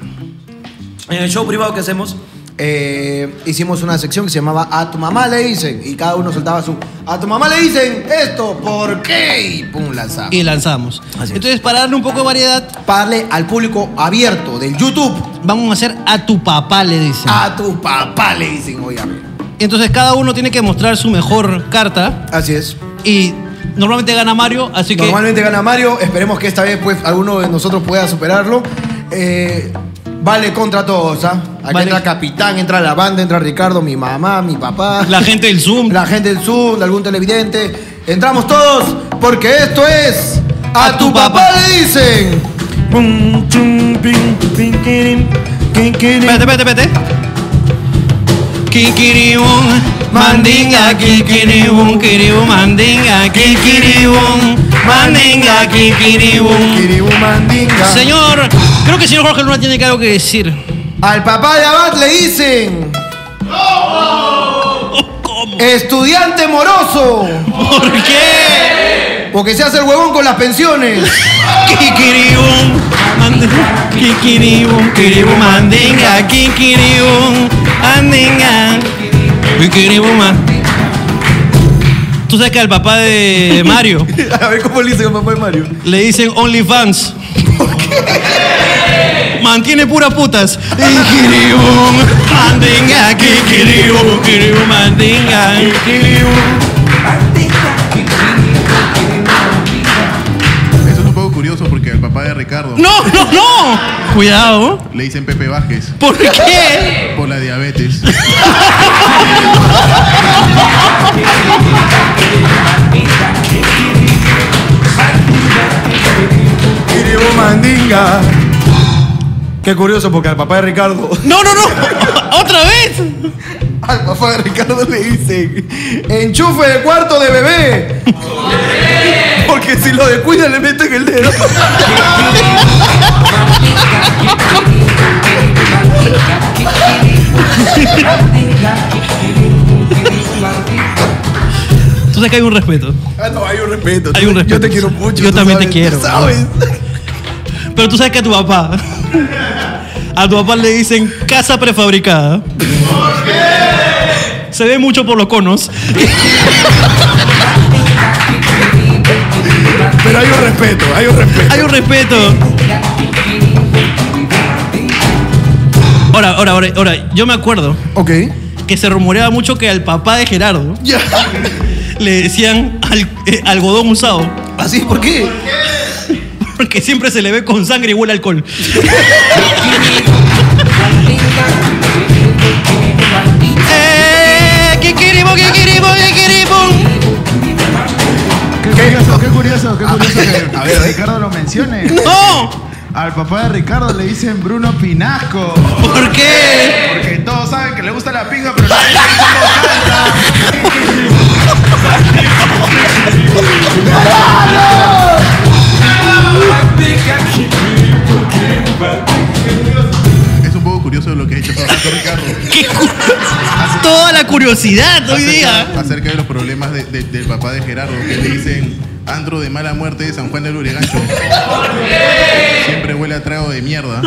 [SPEAKER 1] En el show privado que hacemos, eh, hicimos una sección que se llamaba A tu mamá le dicen. Y cada uno soltaba su A tu mamá le dicen esto, ¿por qué? Y pum, lanzamos.
[SPEAKER 2] Y lanzamos. Entonces, para darle un poco de variedad.
[SPEAKER 1] Para darle al público abierto del YouTube.
[SPEAKER 2] Vamos a hacer a tu papá le dicen.
[SPEAKER 1] A tu papá le dicen, obviamente.
[SPEAKER 2] Entonces cada uno tiene que mostrar su mejor carta.
[SPEAKER 1] Así es.
[SPEAKER 2] Y normalmente gana Mario, así que.
[SPEAKER 1] Normalmente gana Mario, esperemos que esta vez pues alguno de nosotros pueda superarlo. Eh, vale contra todos, ¿ah? Aquí
[SPEAKER 2] Vale.
[SPEAKER 1] entra Capitán, entra la banda, entra Ricardo, mi mamá, mi papá.
[SPEAKER 2] La gente del Zoom.
[SPEAKER 1] La gente del Zoom, de algún televidente. Entramos todos, porque esto es. A, tu, papá, le dicen.
[SPEAKER 2] Espérate, espérate, espérate. Kikiribum, mandinga, kikiribum, kiribum, mandinga, kikiribum, mandinga, kikiribum. Señor, creo que el señor Jorge Luna tiene que algo que decir.
[SPEAKER 1] Al papá de Abad le dicen. Estudiante moroso.
[SPEAKER 2] ¿Por qué?
[SPEAKER 1] Porque se hace el huevón con las pensiones.
[SPEAKER 2] Kikiribum, mandinga, kikiribum, kiribum, mandinga, kikiribum, mandinga, kikiribum, ma- Tú sabes que al papá de Mario
[SPEAKER 10] A ver cómo le dice el papá de Mario.
[SPEAKER 2] le dicen OnlyFans. Mantiene puras putas. Kikiribum, mandinga, kikiribum, kiribum, mandinga, kikiribum.
[SPEAKER 14] Eso es un poco curioso porque al papá de Ricardo
[SPEAKER 2] ¡No, no, no! Cuidado.
[SPEAKER 14] le dicen Pepe Vázquez.
[SPEAKER 2] ¿Por qué?
[SPEAKER 14] Por la diabetes.
[SPEAKER 1] Qué curioso, porque al papá de Ricardo.
[SPEAKER 2] ¡No, no, no! ¡Otra vez!
[SPEAKER 1] Al papá de Ricardo le dicen: enchufe de cuarto de bebé. Porque si lo descuida le meten el dedo.
[SPEAKER 2] Tú sabes que hay un respeto.
[SPEAKER 1] Ah, no, hay un respeto.
[SPEAKER 2] Hay un respeto.
[SPEAKER 1] Yo te quiero mucho.
[SPEAKER 2] Yo
[SPEAKER 1] tú
[SPEAKER 2] también te
[SPEAKER 1] sabes,
[SPEAKER 2] quiero.
[SPEAKER 1] tú ¿Sabes?
[SPEAKER 2] Pero tú sabes que a tu papá. A tu papá le dicen casa prefabricada. Se ve mucho por los conos.
[SPEAKER 1] Pero hay un respeto, hay un respeto.
[SPEAKER 2] Hay un respeto. Ahora, ahora, ahora, ahora, yo me acuerdo. Que se rumoreaba mucho que al papá de Gerardo le decían al- eh, algodón usado.
[SPEAKER 15] ¿Así? ¿Ah, ¿Por qué?
[SPEAKER 2] Porque siempre se le ve con sangre y huele a alcohol. ¡Eh! ¡Kikiribum, kikiribum, kikiribum!
[SPEAKER 16] Qué curioso, qué curioso,
[SPEAKER 1] Ah.
[SPEAKER 16] qué curioso que,
[SPEAKER 9] a
[SPEAKER 16] que
[SPEAKER 9] ver,
[SPEAKER 16] Ricardo lo mencione.
[SPEAKER 2] ¡No!
[SPEAKER 16] Al papá de Ricardo le dicen Bruno Pinasco.
[SPEAKER 2] ¿Por qué?
[SPEAKER 16] Porque todos saben que le gusta la pinga, pero nadie sabe
[SPEAKER 9] Es un poco curioso lo que ha hecho Francisco Ricardo.
[SPEAKER 2] Toda la curiosidad hoy día.
[SPEAKER 9] Acerca de los problemas de- de- del papá de Gerardo, que le dicen antro de mala muerte de San Juan del Urigancho. Siempre huele a trago de mierda.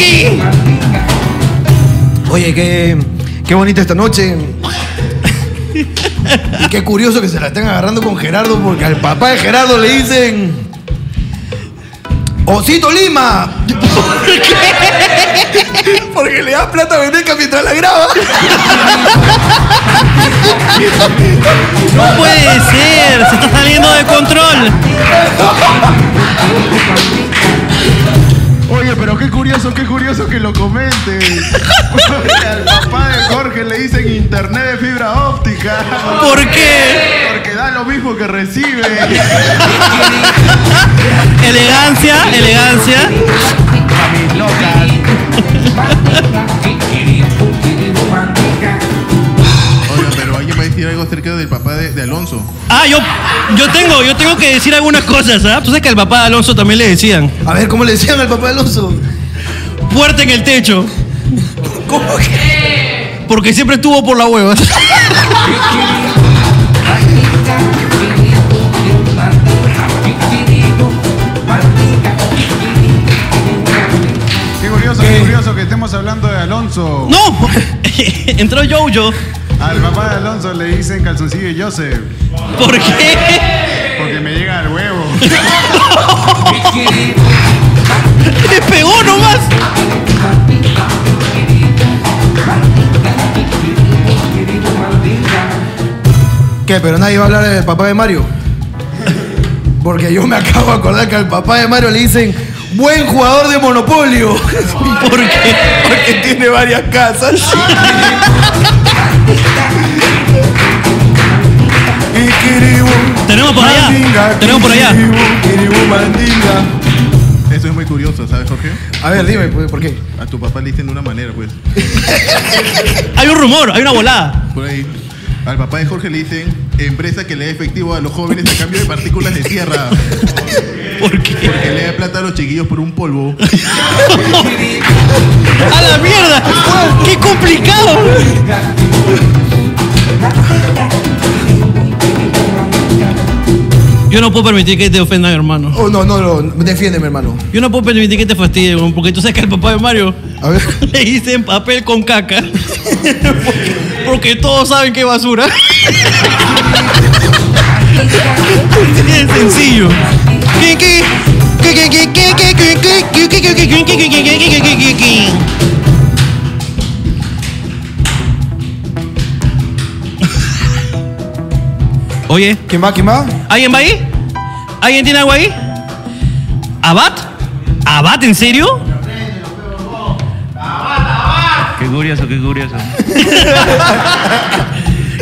[SPEAKER 2] Eh,
[SPEAKER 1] Oye, qué, qué bonita esta noche. Y qué curioso que se la estén agarrando con Gerardo, porque al papá de Gerardo le dicen. ¡Osito Lima! ¿Por qué? Porque le das plata a Veneca mientras la graba.
[SPEAKER 2] No puede ser, se está saliendo de control.
[SPEAKER 16] Oye, pero qué curioso, qué curioso que lo comenten. Porque al papá de Jorge le dicen internet de fibra óptica.
[SPEAKER 2] ¿Por qué?
[SPEAKER 16] Porque da lo mismo que recibe.
[SPEAKER 2] Elegancia, elegancia.
[SPEAKER 9] Oiga, pero alguien va a decir algo acerca del papá de, de Alonso.
[SPEAKER 2] Ah, yo, yo tengo, yo tengo que decir algunas cosas, ¿ah? Tú sabes que al papá de Alonso también le decían.
[SPEAKER 1] A ver, ¿cómo le decían al papá de Alonso?
[SPEAKER 2] Puerta en el techo.
[SPEAKER 1] ¿Cómo que?
[SPEAKER 2] Porque siempre estuvo por la hueva.
[SPEAKER 16] Qué curioso, qué curioso que estemos hablando de Alonso.
[SPEAKER 2] ¡No! Entró Jojo.
[SPEAKER 16] Al papá de Alonso le dicen calzoncillo y Joseph.
[SPEAKER 2] ¿Por qué?
[SPEAKER 16] Porque me llega al huevo.
[SPEAKER 2] ¡Le pegó nomás!
[SPEAKER 1] ¿Qué? Pero nadie va a hablar del papá de Mario. Porque yo me acabo de acordar que al papá de Mario le dicen buen jugador de monopolio.
[SPEAKER 2] ¿Por qué?
[SPEAKER 1] Porque tiene varias casas.
[SPEAKER 2] Tenemos por allá. Tenemos por allá.
[SPEAKER 9] Eso es muy curioso, ¿sabes, Jorge?
[SPEAKER 1] A ver, dime, pues, ¿por qué?
[SPEAKER 9] A tu papá le dicen de una manera, pues.
[SPEAKER 2] Hay un rumor, hay una volada.
[SPEAKER 9] Por ahí. Al papá de Jorge le dicen empresa que le dé efectivo a los jóvenes a cambio de partículas de tierra.
[SPEAKER 2] ¿Por qué?
[SPEAKER 9] Porque le da plata a los chiquillos por un polvo.
[SPEAKER 2] ¡A la mierda! ¡Qué complicado! Yo no puedo permitir que te ofendan, hermano.
[SPEAKER 1] Oh, no, no, no, defiéndeme, hermano.
[SPEAKER 2] Yo no puedo permitir que te fastidien, weón, porque tú sabes que al papá de Mario le dicen papel con caca. Porque- porque todos saben que es basura. Así de sencillo. Oye.
[SPEAKER 1] ¿Quién va? ¿Quién va?
[SPEAKER 2] ¿Alguien va ahí? ¿Alguien tiene algo ahí? ¿Abat? ¿Abat en serio?
[SPEAKER 17] Qué curioso, qué curioso.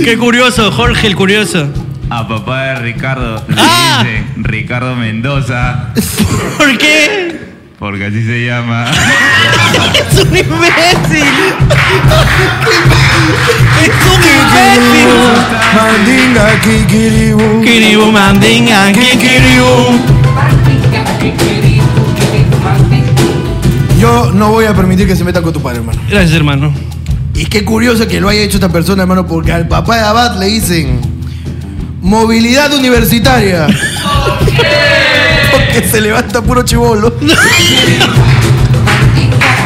[SPEAKER 2] Qué curioso, Jorge el curioso.
[SPEAKER 9] A papá de Ricardo le dicen Ricardo Mendoza
[SPEAKER 2] ¿Por qué?
[SPEAKER 9] porque así se llama.
[SPEAKER 2] ¡Es un imbécil! ¡Es un imbécil!
[SPEAKER 18] Mandinga, kikiribu.
[SPEAKER 2] Kiribu, mandinga, kikiribu.
[SPEAKER 1] Yo no voy a permitir que se metan con tu padre, hermano.
[SPEAKER 2] Gracias, hermano.
[SPEAKER 1] Y qué curioso que lo haya hecho esta persona, hermano, porque al papá de Abad le dicen movilidad universitaria. porque se levanta puro chivolo.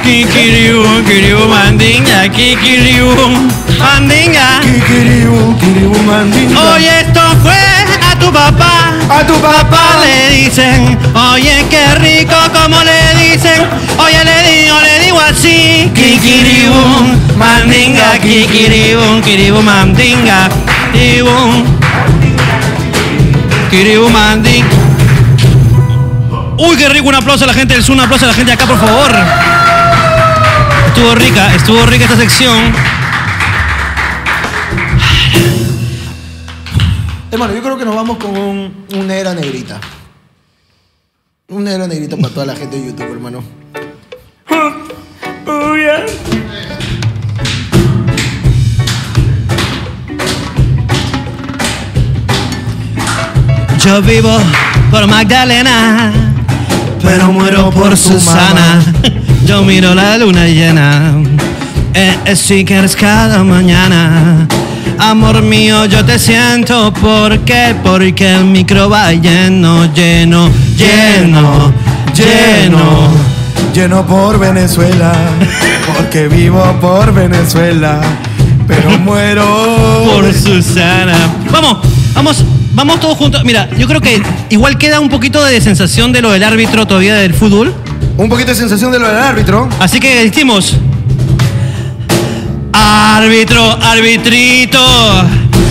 [SPEAKER 2] Kikiribu, kiribu, mandinga, kikiribu, mandinga.
[SPEAKER 18] Kikiribu, kiribu, mandinga.
[SPEAKER 2] Oye, esto fue a tu papá.
[SPEAKER 1] A tu papá
[SPEAKER 2] le dicen. Oye, qué rico, como le dicen. Oye, le digo, le digo así. Kikiribu, mandinga, kikiribu, kiribu, mandinga, kiribu. Kiribu, mandinga. Uy, qué rico, un aplauso a la gente del sur, un aplauso a la gente de acá, por favor. Estuvo rica, estuvo rica esta sección.
[SPEAKER 1] hermano, yo creo que nos vamos con un, una era negrita. Una era negrita para toda la gente de YouTube, hermano.
[SPEAKER 2] Yo vivo por Magdalena, pero muero por Susana. Yo miro la luna llena, eh, eh, si quieres cada mañana. Amor mío, yo te siento, ¿por qué? Porque el micro va lleno, lleno, lleno, lleno.
[SPEAKER 1] Lleno por Venezuela, porque vivo por Venezuela, pero muero
[SPEAKER 2] por Susana. Vamos, vamos, vamos todos juntos. Mira, yo creo que igual queda un poquito de sensación de lo del árbitro todavía del fútbol.
[SPEAKER 1] Un poquito de sensación de lo del árbitro.
[SPEAKER 2] Así que decimos. Árbitro, arbitrito.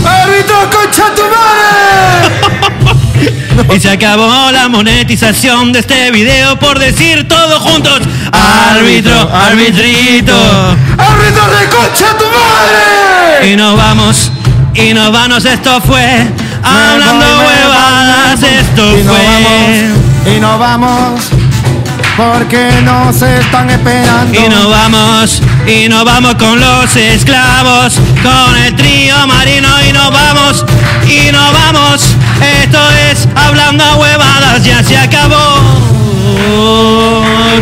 [SPEAKER 1] ¡Árbitro, concha tu
[SPEAKER 2] madre! Y se acabó la monetización de este video por decir todos juntos. Árbitro, arbitrito.
[SPEAKER 1] ¡Árbitro de concha tu madre!
[SPEAKER 2] Y nos vamos, y nos vamos, esto fue. Hablando huevadas, esto
[SPEAKER 1] Y nos
[SPEAKER 2] fue.
[SPEAKER 1] vamos, y nos vamos, porque nos están esperando.
[SPEAKER 2] Y nos vamos, y nos vamos con los esclavos, con el trío marino y nos vamos, y nos vamos. Esto es Hablando Huevadas, ya se acabó.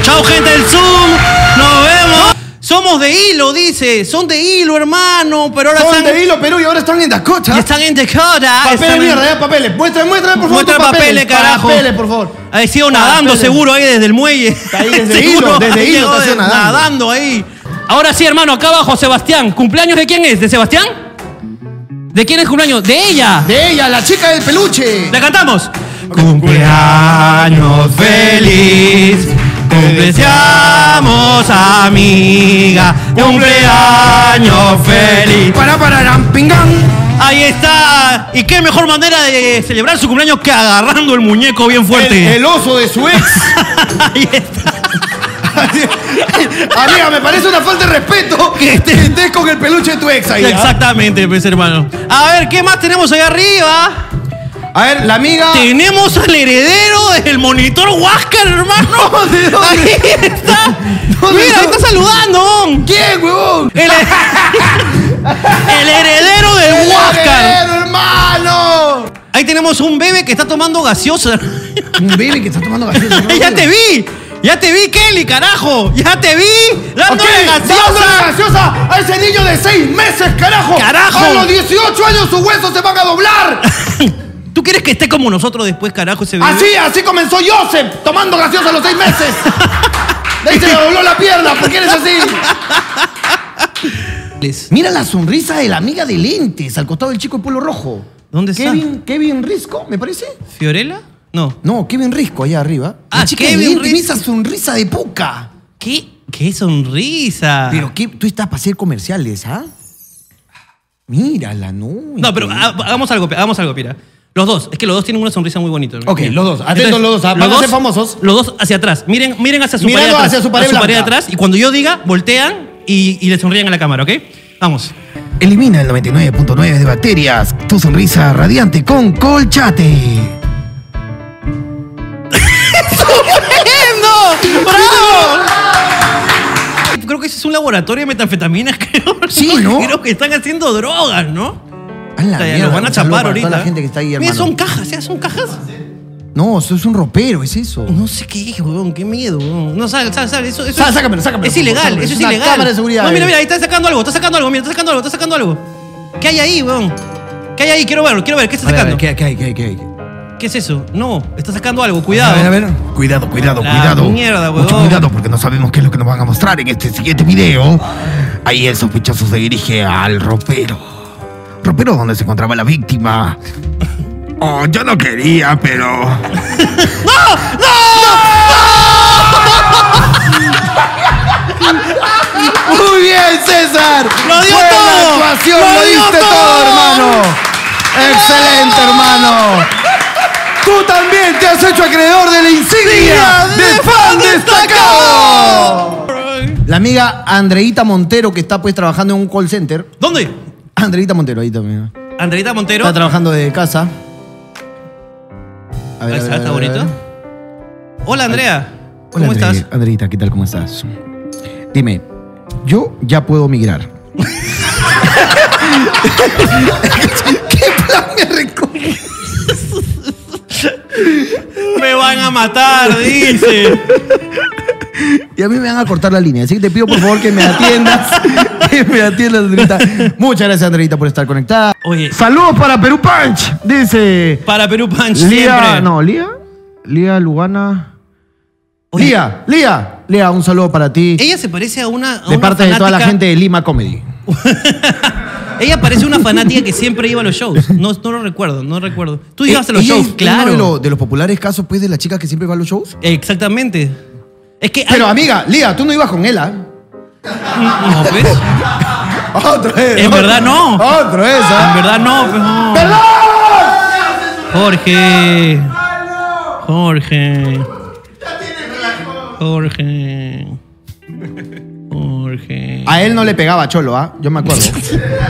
[SPEAKER 2] Chau gente del Zoom, nos vemos. Somos de hilo, dice, son de hilo, hermano, pero ahora
[SPEAKER 1] Son
[SPEAKER 2] están...
[SPEAKER 1] de hilo Perú y ahora están en Dakota.
[SPEAKER 2] Y están en Dakota.
[SPEAKER 1] Papeles,
[SPEAKER 2] están en-
[SPEAKER 1] mierda, ya, papeles. Muéstrame, muéstrame, por favor.
[SPEAKER 2] Muestra
[SPEAKER 1] tus
[SPEAKER 2] papeles, carajo.
[SPEAKER 1] Papeles, por favor.
[SPEAKER 2] Ha sido nadando
[SPEAKER 1] Papeles.
[SPEAKER 2] seguro ahí desde el muelle.
[SPEAKER 1] Ah, ahí desde
[SPEAKER 2] Seguro,
[SPEAKER 1] hilo, desde
[SPEAKER 2] ahí
[SPEAKER 1] hilo
[SPEAKER 2] llegó
[SPEAKER 1] está
[SPEAKER 2] de-
[SPEAKER 1] nadando.
[SPEAKER 2] nadando ahí. Ahora sí, hermano, acá abajo, Sebastián. ¿Cumpleaños de quién es? ¿De Sebastián? ¿De quién es cumpleaños? De ella.
[SPEAKER 1] De ella, la chica del peluche.
[SPEAKER 2] La cantamos. Cumpleaños feliz. Te deseamos, amiga. Cumpleaños feliz.
[SPEAKER 1] Para, para,
[SPEAKER 2] Ahí está. Y qué mejor manera de celebrar su cumpleaños que agarrando el muñeco bien fuerte.
[SPEAKER 1] El, el oso de su ex.
[SPEAKER 2] Ahí está.
[SPEAKER 1] Amiga, me parece una falta de respeto que estés con el peluche de tu ex ahí. ¿ah?
[SPEAKER 2] Exactamente, pues hermano. A ver, ¿qué más tenemos ahí arriba?
[SPEAKER 1] A ver, la amiga.
[SPEAKER 2] Tenemos al heredero del monitor Huáscar, hermano.
[SPEAKER 1] ¿De dónde?
[SPEAKER 2] Ahí está.
[SPEAKER 1] ¿Dónde
[SPEAKER 2] Mira,
[SPEAKER 1] está?
[SPEAKER 2] ahí está saludando.
[SPEAKER 1] ¿Quién, huevón?
[SPEAKER 2] El, he- el heredero del
[SPEAKER 1] ¡El
[SPEAKER 2] Huáscar.
[SPEAKER 1] heredero, hermano!
[SPEAKER 2] Ahí tenemos un bebé que está tomando gaseosa.
[SPEAKER 1] Un bebé que está tomando gaseosa. ¿no?
[SPEAKER 2] ya te vi. Ya te vi, Kelly, carajo. Ya te vi.
[SPEAKER 1] Ok,
[SPEAKER 2] Dándole
[SPEAKER 1] dándole
[SPEAKER 2] gaseosa.
[SPEAKER 1] gaseosa a ese niño de 6 meses, carajo.
[SPEAKER 2] Carajo.
[SPEAKER 1] A los 18 años sus huesos se van a doblar.
[SPEAKER 2] ¿Tú quieres que esté como nosotros después, carajo, ese bebé?
[SPEAKER 1] Así, así comenzó Joseph, tomando gaseosa a los 6 meses. De ahí se le dobló la pierna, ¿por qué eres así? Mira la sonrisa de la amiga de lentes al costado del chico de polo rojo.
[SPEAKER 2] ¿Dónde está?
[SPEAKER 1] Kevin, Kevin Risco, me parece.
[SPEAKER 2] ¿Fiorella? No.
[SPEAKER 1] No, Kevin Risco allá arriba. La
[SPEAKER 2] Ah,
[SPEAKER 1] chica de
[SPEAKER 2] Kevin
[SPEAKER 1] lentes, mira
[SPEAKER 2] Risco.
[SPEAKER 1] esa sonrisa de poca.
[SPEAKER 2] ¿Qué? ¡Qué sonrisa!
[SPEAKER 1] Pero qué, tú estás para hacer comerciales, ¿ah? Mírala, no.
[SPEAKER 2] No, pero ah, ha- hagamos algo, hagamos algo, Pira. Los dos, es que los dos tienen una sonrisa muy bonita.
[SPEAKER 1] Ok, los dos. Atentos los dos, ah, van a ser famosos.
[SPEAKER 2] Los dos hacia atrás. Miren, miren hacia su
[SPEAKER 1] Mirando
[SPEAKER 2] pared atrás.
[SPEAKER 1] hacia su pared
[SPEAKER 2] a su pared
[SPEAKER 1] blanca.
[SPEAKER 2] atrás. Y cuando yo diga, voltean y, y le sonríen a la cámara, ¿ok? Vamos.
[SPEAKER 5] Elimina el 99.9 de bacterias. Tu sonrisa radiante con Colchate.
[SPEAKER 2] ¡Estupendo! ¡Bravo! Creo que ese es un laboratorio de metanfetaminas, creo. Sí, ¿no? Creo que están haciendo drogas, ¿no?
[SPEAKER 1] la
[SPEAKER 2] O sea, ya
[SPEAKER 1] mierda,
[SPEAKER 2] los van a
[SPEAKER 1] un saludo
[SPEAKER 2] chapar
[SPEAKER 1] para
[SPEAKER 2] ahorita.
[SPEAKER 1] toda la gente que está ahí,
[SPEAKER 2] Mira,
[SPEAKER 1] hermano.
[SPEAKER 2] son cajas, ¿eh? Son cajas.
[SPEAKER 1] No, eso es un ropero, es eso.
[SPEAKER 2] No sé qué es, weón, qué miedo, weón. No, sal, sal, sal. Eso, eso
[SPEAKER 1] Sal,
[SPEAKER 2] es-
[SPEAKER 1] sácamelo, sácamelo,
[SPEAKER 2] Es
[SPEAKER 1] por favor,
[SPEAKER 2] ilegal,
[SPEAKER 1] sácamelo.
[SPEAKER 2] eso es
[SPEAKER 1] Es una
[SPEAKER 2] ilegal.
[SPEAKER 1] cámara de seguridad,
[SPEAKER 2] No, mira,
[SPEAKER 1] eh.
[SPEAKER 2] mira, ahí está sacando algo, está sacando algo, mira, está sacando algo, está sacando algo. ¿Qué hay ahí, weón? ¿Qué hay ahí? Quiero verlo, quiero ver, ¿qué está
[SPEAKER 1] A ver, a ver,
[SPEAKER 2] sacando?
[SPEAKER 1] ¿Qué hay, qué hay, qué hay, qué hay?
[SPEAKER 2] ¿Qué es eso? No, está sacando algo, cuidado.
[SPEAKER 5] A ver, a ver. Cuidado, cuidado,
[SPEAKER 2] La
[SPEAKER 5] cuidado.
[SPEAKER 2] Ah, mierda,
[SPEAKER 5] Mucho
[SPEAKER 2] huevón.
[SPEAKER 5] cuidado porque no sabemos qué es lo que nos van a mostrar en este siguiente video. Ahí el sospechoso se dirige al ropero. Ropero donde se encontraba la víctima. Oh, yo no quería, pero...
[SPEAKER 3] ¡No! ¡No!
[SPEAKER 19] Muy bien, César.
[SPEAKER 3] Lo dio
[SPEAKER 19] Buena
[SPEAKER 3] todo.
[SPEAKER 19] actuación,
[SPEAKER 3] Lo
[SPEAKER 19] lo,
[SPEAKER 3] dio
[SPEAKER 19] diste todo,
[SPEAKER 3] todo.
[SPEAKER 19] hermano. Excelente, hermano. Tú también te has hecho acreedor de la insignia
[SPEAKER 1] Sí,
[SPEAKER 19] de
[SPEAKER 1] de
[SPEAKER 19] fan
[SPEAKER 1] fan
[SPEAKER 19] destacado.
[SPEAKER 1] La amiga Andreita Montero, que está pues trabajando en un call center.
[SPEAKER 2] ¿Dónde?
[SPEAKER 1] Andreita Montero, ahí también.
[SPEAKER 2] Andreita Montero.
[SPEAKER 1] Está trabajando de casa. A ver,
[SPEAKER 2] Ahí
[SPEAKER 1] a ver,
[SPEAKER 2] está,
[SPEAKER 1] a
[SPEAKER 2] está
[SPEAKER 1] ver, a
[SPEAKER 2] bonito.
[SPEAKER 1] ver.
[SPEAKER 2] Hola, Andrea.
[SPEAKER 1] Hola,
[SPEAKER 2] ¿Cómo
[SPEAKER 1] Andre-
[SPEAKER 2] estás?
[SPEAKER 1] Andreita, ¿qué tal? ¿Cómo estás? Dime, yo ya puedo migrar.
[SPEAKER 3] ¡Qué plan me recogió!
[SPEAKER 2] Me van a matar, dice.
[SPEAKER 1] Y a mí me van a cortar la línea. Así que te pido por favor que me atiendas. que me atiendas, Andreita. Muchas gracias, Andreita, por estar conectada.
[SPEAKER 2] Oye.
[SPEAKER 1] Saludos para Perú Punch, dice.
[SPEAKER 2] Para Perú Punch,
[SPEAKER 1] Lía,
[SPEAKER 2] siempre.
[SPEAKER 1] no, Lía. Lía Lugana. Lía, Lía. Lía, un saludo para ti.
[SPEAKER 2] Ella se parece a una. a
[SPEAKER 1] de
[SPEAKER 2] una
[SPEAKER 1] parte de toda la
[SPEAKER 2] fanática-
[SPEAKER 1] gente de Lima Comedy.
[SPEAKER 2] Ella parece una fanática que siempre iba a los shows. No, no lo recuerdo, no recuerdo. Tú ibas a los
[SPEAKER 1] Eh, Ella es
[SPEAKER 2] shows,
[SPEAKER 1] uno
[SPEAKER 2] claro.
[SPEAKER 1] De, lo- de los populares casos, pues, de la chica que siempre va a los shows.
[SPEAKER 2] Exactamente. Es que. ah,
[SPEAKER 1] Pero, amiga, Lía, tú no ibas con él, ¿ah?
[SPEAKER 2] No, pues.
[SPEAKER 1] Otro es.
[SPEAKER 2] En verdad no.
[SPEAKER 1] Otro es, ¿ah?
[SPEAKER 2] En verdad no, pues, no. Jorge. Jorge. Jorge. Jorge.
[SPEAKER 1] A él no le pegaba cholo, ¿ah? Yo me acuerdo.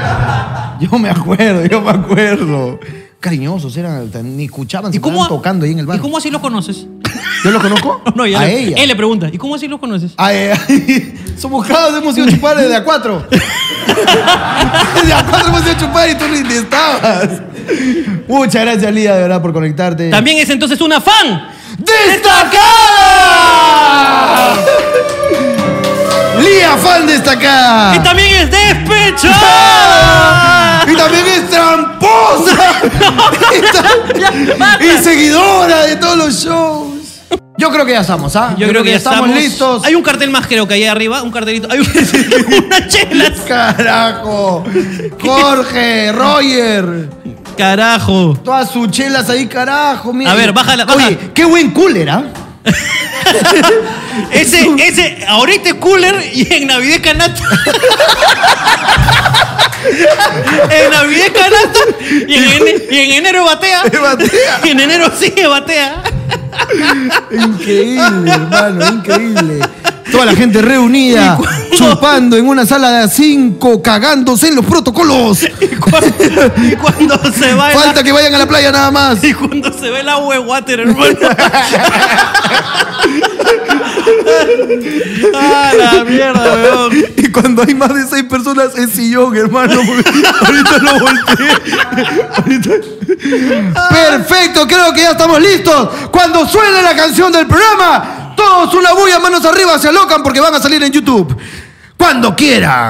[SPEAKER 1] yo me acuerdo, yo me acuerdo. Cariñosos eran, tan- ni escuchaban, se estaban tocando ahí en el bar.
[SPEAKER 2] ¿Y cómo así los conoces?
[SPEAKER 1] ¿Yo lo conozco?
[SPEAKER 2] No, ya
[SPEAKER 1] a
[SPEAKER 2] le-
[SPEAKER 1] ella.
[SPEAKER 2] Él le pregunta, ¿y cómo así los conoces?
[SPEAKER 1] A ella. Somos caros, hemos ido a chupar desde a cuatro. desde a cuatro hemos ido a chupar y tú ni te estabas. Muchas gracias, Lía, de verdad, por conectarte.
[SPEAKER 2] También es entonces una fan.
[SPEAKER 1] ¡Destacada!
[SPEAKER 19] Lía, fan
[SPEAKER 1] Ah.
[SPEAKER 19] destacada.
[SPEAKER 2] Y también es despecho.
[SPEAKER 19] Y también es tramposa. Y ta- y seguidora de todos los shows.
[SPEAKER 1] Yo creo que ya estamos, ¿ah?
[SPEAKER 2] Yo creo que ya estamos
[SPEAKER 1] listos.
[SPEAKER 2] Hay un cartel más, creo que ahí arriba, un cartelito. Hay un- una chela.
[SPEAKER 1] Carajo. Jorge, Roger.
[SPEAKER 2] Carajo.
[SPEAKER 1] Todas sus chelas ahí, carajo. Mira.
[SPEAKER 2] A ver, bájala, baja.
[SPEAKER 1] Oye, qué buen cooler, ¿ah?
[SPEAKER 2] Ese, ese, ahorita es cooler y en Navidad es canasta. en Navidad es canasta y en, ene- y en enero batea. Y en enero sigue batea.
[SPEAKER 1] Increíble, hermano, increíble. Toda la gente reunida, chupando en una sala de a cinco, cagándose en los protocolos.
[SPEAKER 2] Y cuando se va el-
[SPEAKER 19] Falta que vayan a la playa nada más.
[SPEAKER 2] Y cuando se ve el agua de water, hermano. ¡Ah, la mierda, weón!
[SPEAKER 19] Y cuando hay más de seis personas es sillón, hermano. porque Ahorita lo volteé. Ahorita.
[SPEAKER 1] Perfecto, creo que ya estamos listos. Cuando suene la canción del programa, todos una bulla, manos arriba, se alocan porque van a salir en YouTube. Cuando quieran.